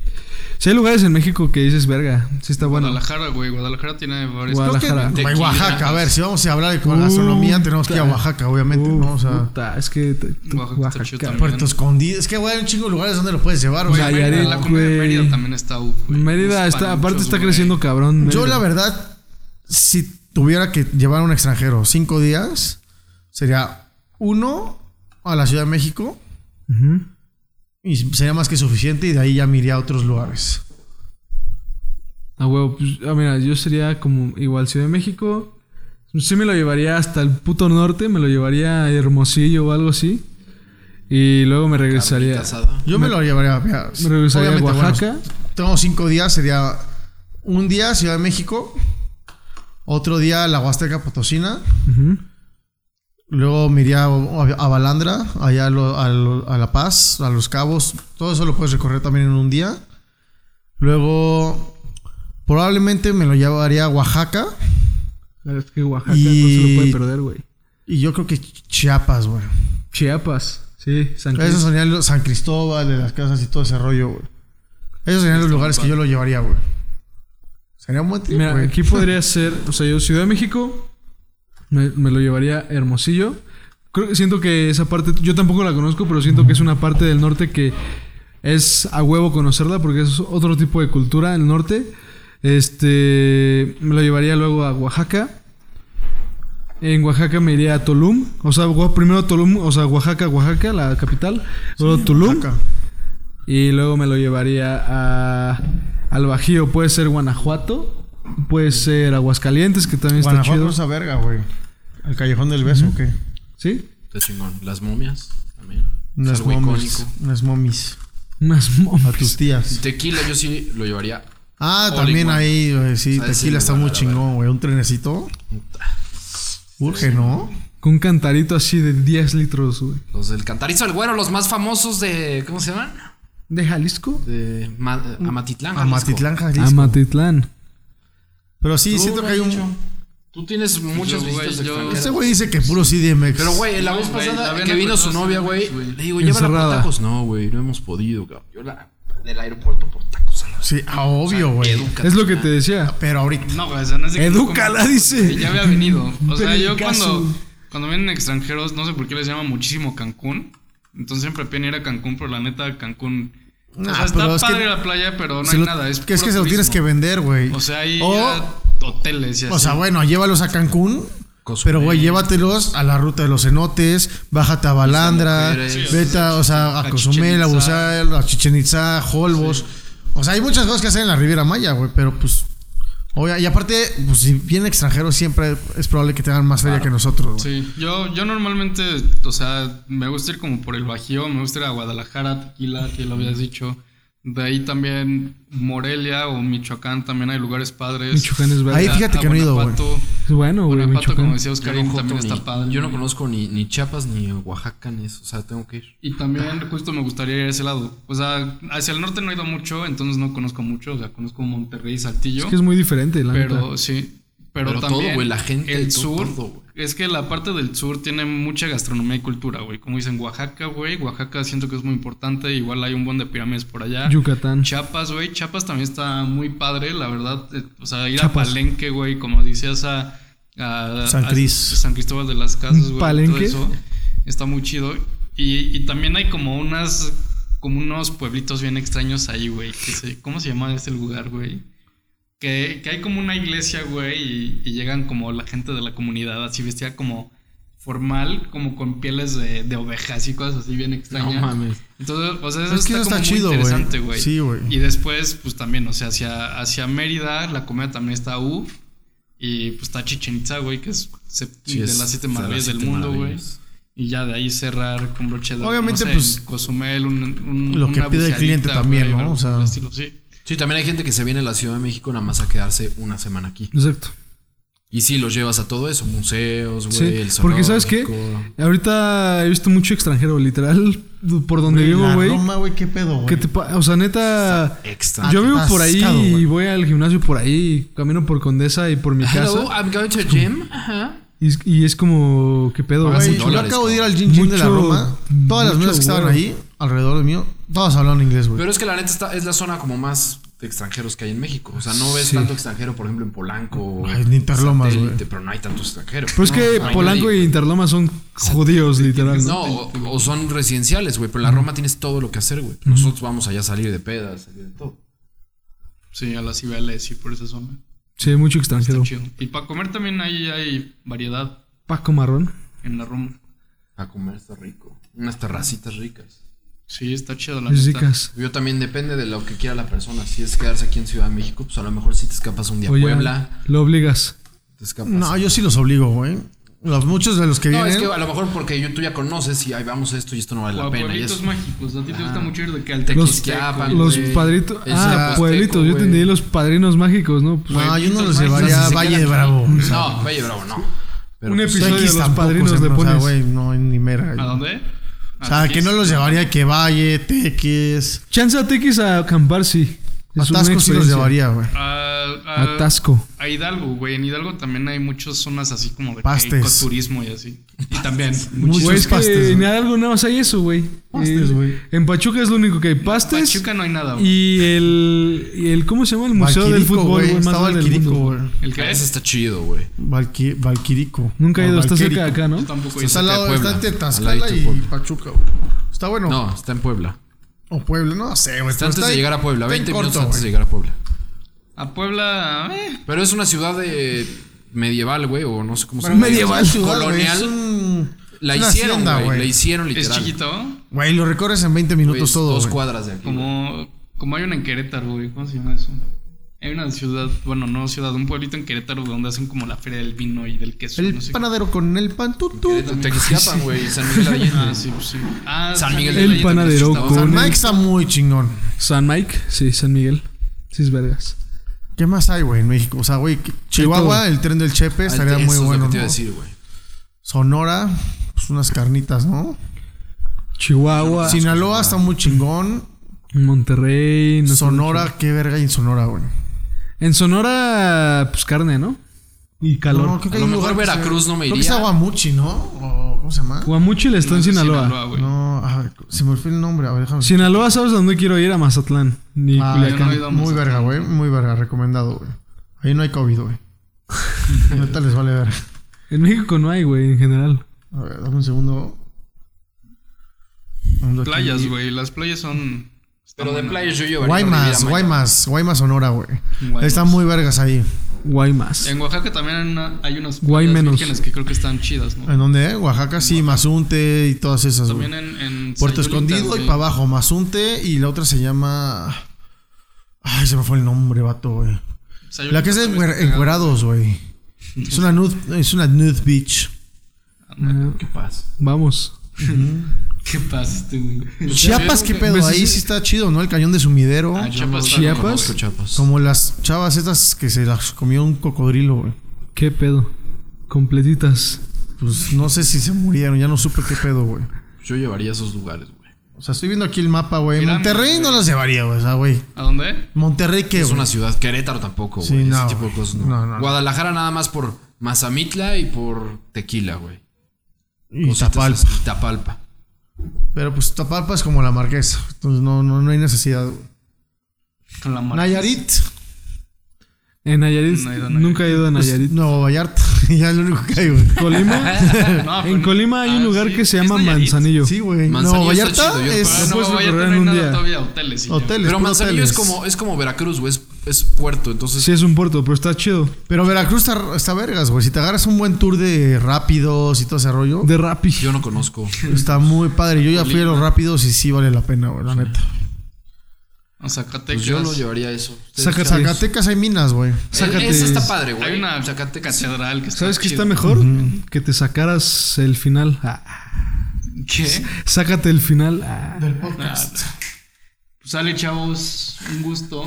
S3: Si hay lugares en México que dices verga, sí está bueno.
S2: Guadalajara, güey. Guadalajara tiene varios.
S3: Guadalajara.
S4: Güey,
S5: Tequila.
S4: Oaxaca, a ver, si vamos a hablar de
S3: Uh,
S4: gastronomía, tenemos que ir a
S3: puta.
S4: Oaxaca, obviamente,
S3: Uh,
S4: ¿no? O sea,
S3: puta, es que t- t-
S2: Oaxaca está chido
S3: Oaxaca.
S2: también.
S4: Puerto Escondido. Es que, güey, hay un chingo de lugares donde lo puedes llevar, güey.
S3: sea,
S2: Mérida,
S3: Nayarit,
S2: la comida de
S3: güey.
S2: Mérida también está uf, güey.
S3: Mérida
S2: Unos
S3: está, aparte
S2: panchos,
S3: está
S2: güey.
S3: creciendo cabrón.
S4: Yo
S3: Mérida.
S4: la verdad, si tuviera que llevar a un extranjero cinco días, sería uno a la Ciudad de México
S3: Ujú.
S4: y sería más que suficiente y de ahí ya me iría a otros lugares.
S3: Ah, huevo, pues, ah, mira, yo sería como igual Ciudad de México. Sí me lo llevaría hasta el puto norte, me lo llevaría a Hermosillo o algo así. Y luego me regresaría.
S5: Casada.
S4: Yo me, lo llevaría a...
S3: me regresaría a
S4: obviamente,
S3: Oaxaca.
S4: tengo cinco días, sería un día Ciudad de México, otro día la Huasteca Potosina,
S3: Ujú.
S4: luego me iría a, a Balandra, allá a, lo- a lo- a La Paz, a Los Cabos, todo eso lo puedes recorrer también en un día. Luego, probablemente me lo llevaría a Oaxaca
S3: La verdad es que Oaxaca no se
S4: Y-
S3: lo puede perder, güey.
S4: y yo creo que Chiapas, güey.
S3: Chiapas, sí, San
S4: Esos
S3: Cris-
S4: serían los San Cristóbal, de las casas y todo ese rollo, güey. Esos serían los lugares que yo lo llevaría, güey. Sería un buen trip,
S3: Mira,
S4: güey.
S3: aquí podría ser, o sea, yo Ciudad de México, me, me lo llevaría a Hermosillo. Creo, siento que esa parte, yo tampoco la conozco, pero siento que es una parte del norte que es a huevo conocerla porque es otro tipo de cultura el norte. Este, me lo llevaría luego a Oaxaca. En Oaxaca me iría a Tulum, o sea, Oa- primero Tulum, o sea, Oaxaca, Oaxaca, la capital, luego Tulum
S4: Oaxaca.
S3: y luego me lo llevaría a al Bajío, puede ser Guanajuato, puede ser Aguascalientes que también está
S4: Guanajuato
S3: chido.
S4: esa verga, güey. El Callejón del Beso, ¿o qué?
S3: ¿Sí?
S5: Está chingón. Las momias también. Es
S4: Unas
S5: algo
S4: momis.
S5: icónico.
S4: Unas momis.
S3: Más
S4: A tus
S3: momias.
S4: tías.
S5: Tequila yo sí lo llevaría.
S4: Ah,
S5: All in
S4: también
S5: one.
S4: ahí, güey. Sí,
S5: O sea, ese
S4: tequila está
S5: lugar,
S4: muy
S5: la verdad.
S4: chingón, güey. Un trenecito. Urge, ¿no?
S3: Con un cantarito así de 10 litros, güey.
S5: Los del Cantarizo del Güero, los más famosos de... ¿Cómo se llaman?
S3: ¿De Jalisco?
S5: De Ma-
S3: Mm,
S5: Amatitlán.
S4: A
S5: Jalisco.
S4: Matitlán, Jalisco.
S3: Amatitlán.
S4: Pero sí,
S5: Tú,
S4: siento que hay un...
S5: Tú tienes muchas
S2: Yo,
S5: visitas
S2: güey, yo-
S5: extranjeras.
S4: Ese güey dice que puro CDMX.
S5: Pero, güey, la
S2: No,
S5: vez
S2: güey, la
S5: pasada
S2: ven
S5: que
S2: a
S5: vino su
S2: todos
S5: novia,
S2: lados,
S5: güey,
S2: güey.
S5: le digo, llévala por
S3: Encerrada.
S5: tacos. No, güey, no hemos podido, cabrón. Yo la, del aeropuerto por tacos a la
S4: Sí, ah, obvio, güey.
S5: educa.
S3: Es lo que te decía.
S4: Pero ahorita...
S2: No, güey, o sea, no es de que-
S3: Edúcala,
S2: como-
S3: dice.
S2: Ya había venido. O sea, yo
S3: Pericazo.
S2: cuando, cuando vienen extranjeros, no sé por qué les llama muchísimo Cancún. Entonces siempre piden ir a Cancún, pero la neta, Cancún. O sea,
S4: Nah, pero
S2: está
S4: es que-
S2: padre la playa, pero no
S4: Se
S2: hay
S4: lo-
S2: nada. Es,
S4: que es
S2: puro
S4: que se lo tienes que
S2: turismo.
S4: vender, güey.
S2: O sea, hay
S4: O-
S2: ya hoteles y así.
S4: O sea, bueno, llévalos a Cancún.
S5: Cozumel.
S4: Pero, güey, llévatelos a la ruta de los cenotes, bájate a Balandra,
S5: mujeres. Sí, o sea,
S4: vete a, o sea, a
S2: a
S4: Cozumel, a
S2: Chichén
S4: Bucel, a Chichen Itza, Holbos. O sea, hay muchas cosas que hacer en la Riviera Maya, güey, pero pues. obvia- y aparte, pues si vienen extranjeros, siempre es probable que tengan más feria que nosotros, güey.
S2: Sí, yo, yo normalmente, o sea, me gusta ir como por el Bajío, me gusta ir a Guadalajara, Tequila, que lo habías dicho. De ahí también Morelia o Michoacán, también hay lugares padres. Ah,
S3: Michoacán es verdad.
S4: Ahí fíjate que no he ido, güey.
S2: Guanajuato-
S3: Es bueno, güey,
S2: Guanajuato, como
S3: Michoacán.
S2: decía
S5: Yo
S2: Oscarín,
S5: no,
S2: también está
S5: joto ni-
S2: padre.
S5: yo no conozco ni, ni Chiapas ni Oaxaca ni eso. O sea, tengo que ir.
S2: Y
S3: Ah.
S2: también justo me gustaría ir a ese lado. O sea, hacia el norte no he ido mucho, entonces no conozco mucho. O sea, conozco Monterrey y Saltillo.
S3: Es que es muy diferente, la neta.
S2: Pero sí. Pero,
S5: Pero todo,
S2: también
S5: güey, la gente,
S2: el
S5: todo,
S2: sur.
S5: todo, güey.
S2: es que la parte del sur tiene mucha gastronomía y cultura, güey. Como dicen Oaxaca, güey. Oaxaca siento que es muy importante. Igual hay un buen de pirámides por allá.
S3: Yucatán.
S2: Chiapas, güey. Chiapas también está muy padre, la verdad. Eh, O sea, ir
S3: Chiapas.
S2: a Palenque, güey. Como decías a, a-
S4: San
S2: a-
S4: Cris.
S2: San Cristóbal de las Casas, güey.
S3: Palenque.
S2: Todo eso está muy chido. Y, y también hay como unas. Como unos pueblitos bien extraños ahí, güey. que se- ¿Cómo se llama ese lugar, güey? Que, que hay como una iglesia, güey, y, y llegan como la gente de la comunidad, así vestida como formal, como con pieles de, de ovejas y cosas así bien extrañas.
S5: No mames.
S2: Entonces, o sea, eso
S4: Es que
S2: está, como
S4: eso está
S2: muy
S4: chido, güey.
S2: interesante, güey.
S4: Sí, güey.
S2: Y después, pues también, o sea, hacia, hacia Mérida, la comida también está uff. Y pues está Chichen Itza, güey, que es se-
S5: Sí,
S2: de
S5: es
S2: las siete
S5: de las
S2: maravillas del
S5: siete
S2: mundo, güey.
S5: maravillas.
S2: Y ya de ahí cerrar con broche de oro,
S4: Obviamente,
S2: no sé,
S4: pues,
S2: en Cozumel, un, un-
S4: lo que
S2: una
S4: pide el cliente
S2: buceadita,
S4: también,
S2: güey,
S4: ¿no?
S2: algo
S4: O sea,
S2: por el estilo, sí.
S5: Sí, también hay gente que se viene a la Ciudad de México nada más a quedarse una semana aquí.
S3: Exacto.
S5: Y sí, los llevas a todo eso, museos, güey,
S3: Sí,
S5: el
S3: porque ¿sabes qué?
S5: zoológico.
S3: Ahorita he visto mucho extranjero, literal, por donde vivo,
S4: la
S3: güey.
S4: Roma, güey, qué pedo, güey.
S3: que te pa- o sea, neta,
S5: Extra.
S3: yo vivo por ahí
S4: atascado,
S3: y
S4: güey.
S3: voy al gimnasio por ahí, camino por Condesa y por mi
S5: Hello,
S3: casa.
S5: I'm going to gym. Ajá.
S3: Y, es- y es como, ¿qué pedo?
S5: Pagas
S4: Güey,
S3: güey?
S5: un
S4: yo
S5: dólares,
S4: acabo de ir
S5: cabrón.
S4: al Gin Gin de la
S3: Mucho-
S4: Roma. Todas las
S3: mucho
S4: mesas que estaban
S3: huevo.
S4: ahí, alrededor de mío, todas hablaban inglés, güey.
S5: Pero es que la neta está, es la zona como más de extranjeros que hay en México. O sea, no ves
S3: Sí.
S5: tanto extranjero, por ejemplo, en Polanco. o
S4: Ay, ni Interlomas,
S5: Satélite,
S4: güey.
S5: Pero no hay tantos extranjeros.
S3: Pero Pues es que
S5: No, no hay
S3: Polanco
S5: nadie,
S3: y Interloma son judíos, literal.
S5: No, o, o son residenciales, güey. Pero en la Roma tienes todo lo que hacer, güey. Nosotros vamos allá a salir de pedas, salir de todo.
S2: Sí, a las Cibeles y por esa zona.
S3: Sí, mucho
S2: Está
S3: extranjero.
S2: chido. Y para comer también ahí hay variedad
S3: Paco Marrón.
S2: en la Roma.
S5: A comer está rico. Unas terracitas ricas.
S2: Sí, está chido la
S3: Es
S2: neta.
S3: ricas.
S5: Yo también depende de lo que quiera la persona. Si es quedarse aquí en Ciudad de México, pues a lo mejor si te escapas un día a
S3: Oye,
S5: Puebla,
S3: lo obligas.
S5: te escapas.
S4: No, yo sí los obligo, güey. Los, muchos de los que
S5: No,
S4: vienen.
S5: es que a lo mejor porque yo, tú ya conoces y ahí vamos a esto y esto no vale
S2: O
S5: la
S2: a
S5: pena. Y Ah.
S2: pueblitos
S5: eso.
S2: mágicos. A ti te gusta
S5: Ajá.
S2: mucho ir de que al
S5: Tequisquiapan,
S2: Tequisquiapan,
S5: güey.
S3: Los
S5: Güey,
S3: padritos.
S5: es
S3: Ah,
S5: zapoteco,
S3: pueblitos. Yo
S5: güey.
S3: entendí los padrinos mágicos, ¿no? Pues,
S4: no, Ah, yo no los
S2: Entonces,
S4: llevaría
S5: si
S4: a
S5: se
S4: Valle
S5: quedan
S4: de
S5: aquí.
S4: Bravo. o sea,
S5: No, Valle Bravo, no. Pero
S3: Un
S5: pues,
S3: episodio
S4: X
S3: de los
S4: tampoco,
S3: padrinos
S4: o sea,
S3: le
S4: no, O
S3: pones.
S4: sea, güey, no, ni merga.
S5: Ah,
S2: ¿A dónde?
S4: O sea, que no los llevaría a que Valle, Teques.
S3: Chance a Tequis a acampar, sí. Es una
S4: Atascos sí los
S3: experiencia.
S4: llevaría, güey.
S2: A, a-
S3: Atasco.
S2: a Hidalgo, güey. En Hidalgo también hay muchas zonas así como de
S4: Pastes.
S2: que ecoturismo y así. Y también.
S4: Muchos
S3: Güey, es que
S4: pastes,
S3: en
S4: güey.
S3: algo nada más hay eso, güey.
S4: Pastes,
S3: Eh,
S4: güey.
S3: En Pachuca es lo único que hay. Pastes.
S2: Pachuca no hay nada, güey.
S3: Y el, y el. ¿Cómo se llama? El Museo del
S4: Valquirico,
S3: Fútbol,
S4: güey.
S3: güey. Más
S4: Está
S3: grande del
S4: Valquirico,
S3: mundo.
S4: güey.
S2: ¿El que
S5: ese
S2: es?
S5: está chido, güey.
S4: Valqui- Valquirico.
S3: Nunca he
S4: No,
S3: ido. Está cerca de
S4: Ah, Valquirico.
S3: acá, ¿no?
S2: Yo tampoco he
S4: Está al
S5: Cerca de
S4: lado, está
S5: Puebla.
S4: entre
S5: Al
S4: Tlaxcala
S5: ladito de
S4: y
S5: Puebla.
S4: Pachuca, güey. Está bueno.
S5: No, está en Puebla.
S4: O Puebla, no sé, güey.
S5: Está
S4: pero
S5: antes de
S4: ahí-
S5: llegar a Puebla,
S4: está
S5: 20
S4: en
S5: minutos
S4: corto,
S5: antes de
S4: güey.
S5: llegar a Puebla.
S2: A Puebla, eh,
S5: Pero es una ciudad de medieval, güey, o no sé cómo se
S4: Pero,
S5: llama.
S4: güey, es una ciudad, güey,
S5: colonial.
S4: es un-
S5: La
S4: es una
S5: hicieron,
S4: hacienda,
S5: güey. La hicieron
S2: es
S5: literal.
S2: chiquito.
S4: Güey, lo recorres en 20 minutos
S5: Güey, es
S4: todo.
S5: dos
S4: güey.
S5: cuadras de aquí.
S2: Como, como hay una en Querétaro, güey. ¿Cómo se llama eso? Hay una ciudad, bueno, no ciudad, un pueblito en Querétaro donde hacen como la feria del vino y del queso.
S4: El
S2: no sé qué.
S4: panadero con el pan tu, tu.
S5: Querétaro, Tequisquiapan, güey. San Miguel Allende.
S2: Ah, sí, pues sí. Ah,
S5: San Miguel
S3: El
S5: Allende,
S3: panadero
S5: que está-
S3: con-
S4: San Mike está muy chingón.
S3: San Mike. Sí, San Miguel. Sí, es vergas.
S4: ¿Qué más hay, güey, en México? O sea, güey, que- Chihuahua, el tren del Chepe, estaría
S5: Eso
S4: muy
S5: es lo
S4: bueno.
S5: que te iba a
S4: ¿no?
S5: decir, güey.
S4: Sonora, pues unas carnitas, ¿no?
S3: Chihuahua.
S4: Sinaloa está muy chingón.
S3: Monterrey. no sé mucho.
S4: Sonora, qué verga hay en Sonora, güey.
S3: En Sonora, pues carne, ¿no? Y calor.
S4: No, creo que
S5: A
S4: hay
S5: lo
S4: un
S5: mejor
S4: lugar que
S5: Veracruz
S4: se-
S5: no me
S4: Creo que
S5: iría.
S4: es Aguamuchi, ¿no? O, ¿Cómo se llama?
S3: Guamuchil está en
S2: es de
S3: Sinaloa.
S2: güey.
S4: No, a ver, se me fue el nombre. A ver, déjame.
S3: Sinaloa, ¿sabes a dónde quiero ir? A Mazatlán. Ni
S4: Ah,
S3: Culiacán.
S2: no he ido a
S4: muy
S2: Mazatlán.
S4: verga, güey. Muy verga, recomendado, güey. Ahí no hay COVID, güey. Neta les vale ver.
S3: En México no hay, güey, en general.
S4: A ver, dame un segundo. Ando aquí.
S2: Playas, güey. Las playas son.
S5: Pero de playas yo llevaría.
S4: Guaymas,
S5: Riviera Maya.
S4: Guaymas, Guaymas, Sonora, güey.
S2: Guaymas.
S4: Están muy vergas ahí.
S3: Guaymas.
S2: En Oaxaca también hay, una- hay unas
S3: Guay
S2: playas
S3: menos. Ah,
S2: vírgenes que creo que están chidas, ¿no?
S4: ¿En dónde? eh? Oaxaca, sí, Mazunte y todas esas, güey.
S2: También en. en
S4: Puerto
S2: Sayulita,
S4: Escondido y
S2: güey.
S4: para abajo, Mazunte y la otra se llama. Ay, se me fue el nombre, vato, güey.
S2: Sayulita
S4: La que es de
S2: también
S4: encuer-
S2: está cagada.
S4: encuerados, güey. Es una nude, es una nude beach.
S3: Ah,
S5: Qué paz.
S3: vamos.
S2: ¿Qué pasa este güey?
S4: Chiapas, qué pedo.
S3: Pues,
S4: Ahí
S3: sí.
S4: sí está chido, ¿no? El cañón de sumidero.
S2: Ah, Chiapas. está
S3: Chiapas.
S2: como-
S5: Conozco Chiapas.
S4: Como las chavas estas que se las comió un cocodrilo, güey.
S3: ¿Qué pedo? Completitas.
S4: Pues no sé si se murieron, ya no supe qué pedo, güey.
S5: Yo llevaría a esos lugares, güey.
S4: O sea, estoy viendo aquí el mapa, güey.
S2: Pirámides,
S4: Monterrey no las llevaría, güey. O sea, güey.
S2: ¿A dónde?
S4: Monterrey qué,
S5: Es
S4: güey.
S5: una ciudad. Querétaro tampoco, güey.
S4: Sí,
S5: Ese
S4: no,
S5: tipo de
S4: güey.
S5: cosas, no.
S4: No, no, no.
S5: Guadalajara nada más por Mazamitla y por Tequila, güey.
S4: Y
S5: Cositas
S4: Tapalpa.
S5: así, Tapalpa.
S4: Pero pues Tapalpa es como la marquesa. Entonces no, no, no hay necesidad, güey.
S2: Con la marca.
S4: Nayarit.
S3: En Nayarit,
S2: No he ido a Nayarit.
S3: nunca he ido a
S4: pues,
S3: Nayarit.
S4: Nuevo Vallarta. ya es lo único que hay, güey.
S3: Colima.
S2: No, pero-
S3: en Colima hay un
S2: Ah,
S3: lugar
S2: sí.
S3: que se
S2: ¿Es
S3: llama
S2: Nayarit?
S3: Manzanillo.
S4: Sí, güey.
S5: Manzanillo
S4: Nuevo
S5: está
S4: Vallarta
S5: chido, yo
S4: es
S2: Pero
S3: No
S2: no,
S3: puedes
S2: no vaya a
S3: recorrer
S2: tener
S3: en un
S2: nada
S3: día.
S2: todavía hoteles. y ya.
S4: hoteles.
S5: Pero
S4: puro
S5: Manzanillo es
S4: hoteles.
S5: como, es como Veracruz, güey. Es, es puerto, entonces.
S3: Sí, es un puerto, pero está chido.
S4: Pero Veracruz está, está vergas, güey. Si te agarras un buen tour de rápidos y todo ese rollo,
S3: De rapi.
S5: Yo no conozco.
S4: está muy padre. Yo ya fui a los rápidos y sí vale la pena, güey, la neta.
S2: A Zacatecas.
S5: Pues yo no llevaría eso. Ustedes
S3: Saca-
S5: saben.
S4: Zacatecas hay minas, güey.
S3: Sácate-
S5: Esa está padre, güey.
S2: Hay una
S5: Zacatecas.
S2: catedral que está
S3: ¿Sabes qué
S2: chido.
S3: está mejor? Que te sacaras el final. Ah,
S2: ¿Qué?
S3: sácate el final. Ah.
S2: Pues sale, chavos. Un gusto.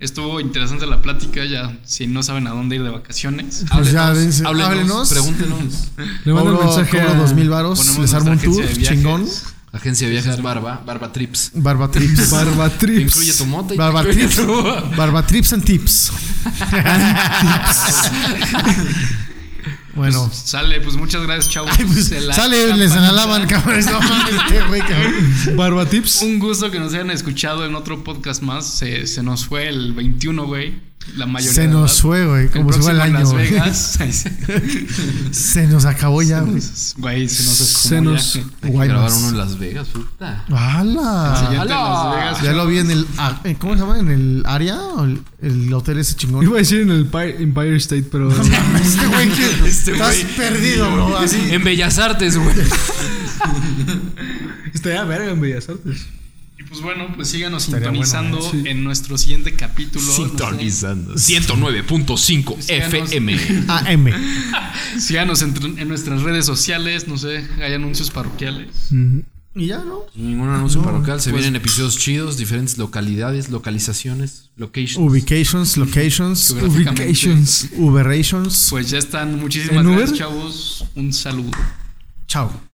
S2: Estuvo interesante la plática. Ya, si no saben a dónde ir de vacaciones.
S3: Ah,
S4: Pues ya,
S5: Háblenos,
S4: dense-
S5: háblenos,
S4: háblenos.
S5: Pregúntenos.
S3: Le mando un
S4: Cobro-
S3: mensaje
S4: cobro
S3: a-
S4: 2000 varos, les
S2: nuestra
S4: armo un
S2: agencia
S4: tour,
S2: de viajes.
S4: chingón.
S5: Agencia de viajes Barba, Barba Trips.
S4: Barbatrips.
S5: Te
S3: Barbatrips.
S5: incluye tu mota y te
S4: Barba
S5: incluye
S4: Trips.
S5: tu-
S4: Barbatrips and tips. bueno.
S2: Sale, pues muchas gracias, chavos.
S4: Ay, pues,
S2: Se la
S4: sale, les
S2: chapan.
S4: alaban, cabrón. No mames, qué güey, cabrón.
S3: Barbatips.
S2: Un gusto que nos hayan escuchado en otro podcast más. Se, se nos fue el 21, güey. La mayoría.
S4: Se
S2: de
S4: nos
S2: edad.
S4: fue, güey, como se
S2: próximo
S4: fue el
S2: en
S4: año.
S2: Las
S4: güey.
S2: Vegas. Ahí se-
S4: Se nos acabó ya, güey.
S2: Güey, se nos
S3: Se
S2: escumó
S3: nos-
S2: ya.
S5: Hay que
S4: Guaymas.
S5: grabar uno en Las Vegas, puta.
S4: ¡Hala!
S2: Siguiente en Las Vegas,
S4: Ya lo vi en el. ah, eh, ¿Cómo se llama? ¿En el área? ¿O el, el hotel ese chingón?
S3: Iba a decir en el Pi- Empire State, pero.
S4: Este güey que.
S5: Este
S4: estás
S5: güey.
S4: perdido, bro. Así.
S5: En Bellas Artes, güey.
S3: Estaría verga en Bellas Artes.
S2: Y pues bueno, pues síganos
S4: Estaría
S2: sintonizando
S3: bueno, ¿eh? Sí.
S2: en nuestro siguiente capítulo.
S5: Sintonizando. 109.5 FM.
S4: AM.
S2: No sé, síganos en, en nuestras redes sociales, no sé, hay anuncios parroquiales.
S4: Y ya, ¿no?
S5: Ningún anuncio parroquial. Se
S4: pues-
S5: vienen episodios chidos, diferentes localidades, localizaciones, locations.
S4: Ubications, locations,
S2: Geográficamente.
S4: ubications, uberations.
S2: Pues ya están. Muchísimas
S3: ¿En
S2: gracias,
S3: Uber?
S2: chavos. Un saludo.
S4: Chao.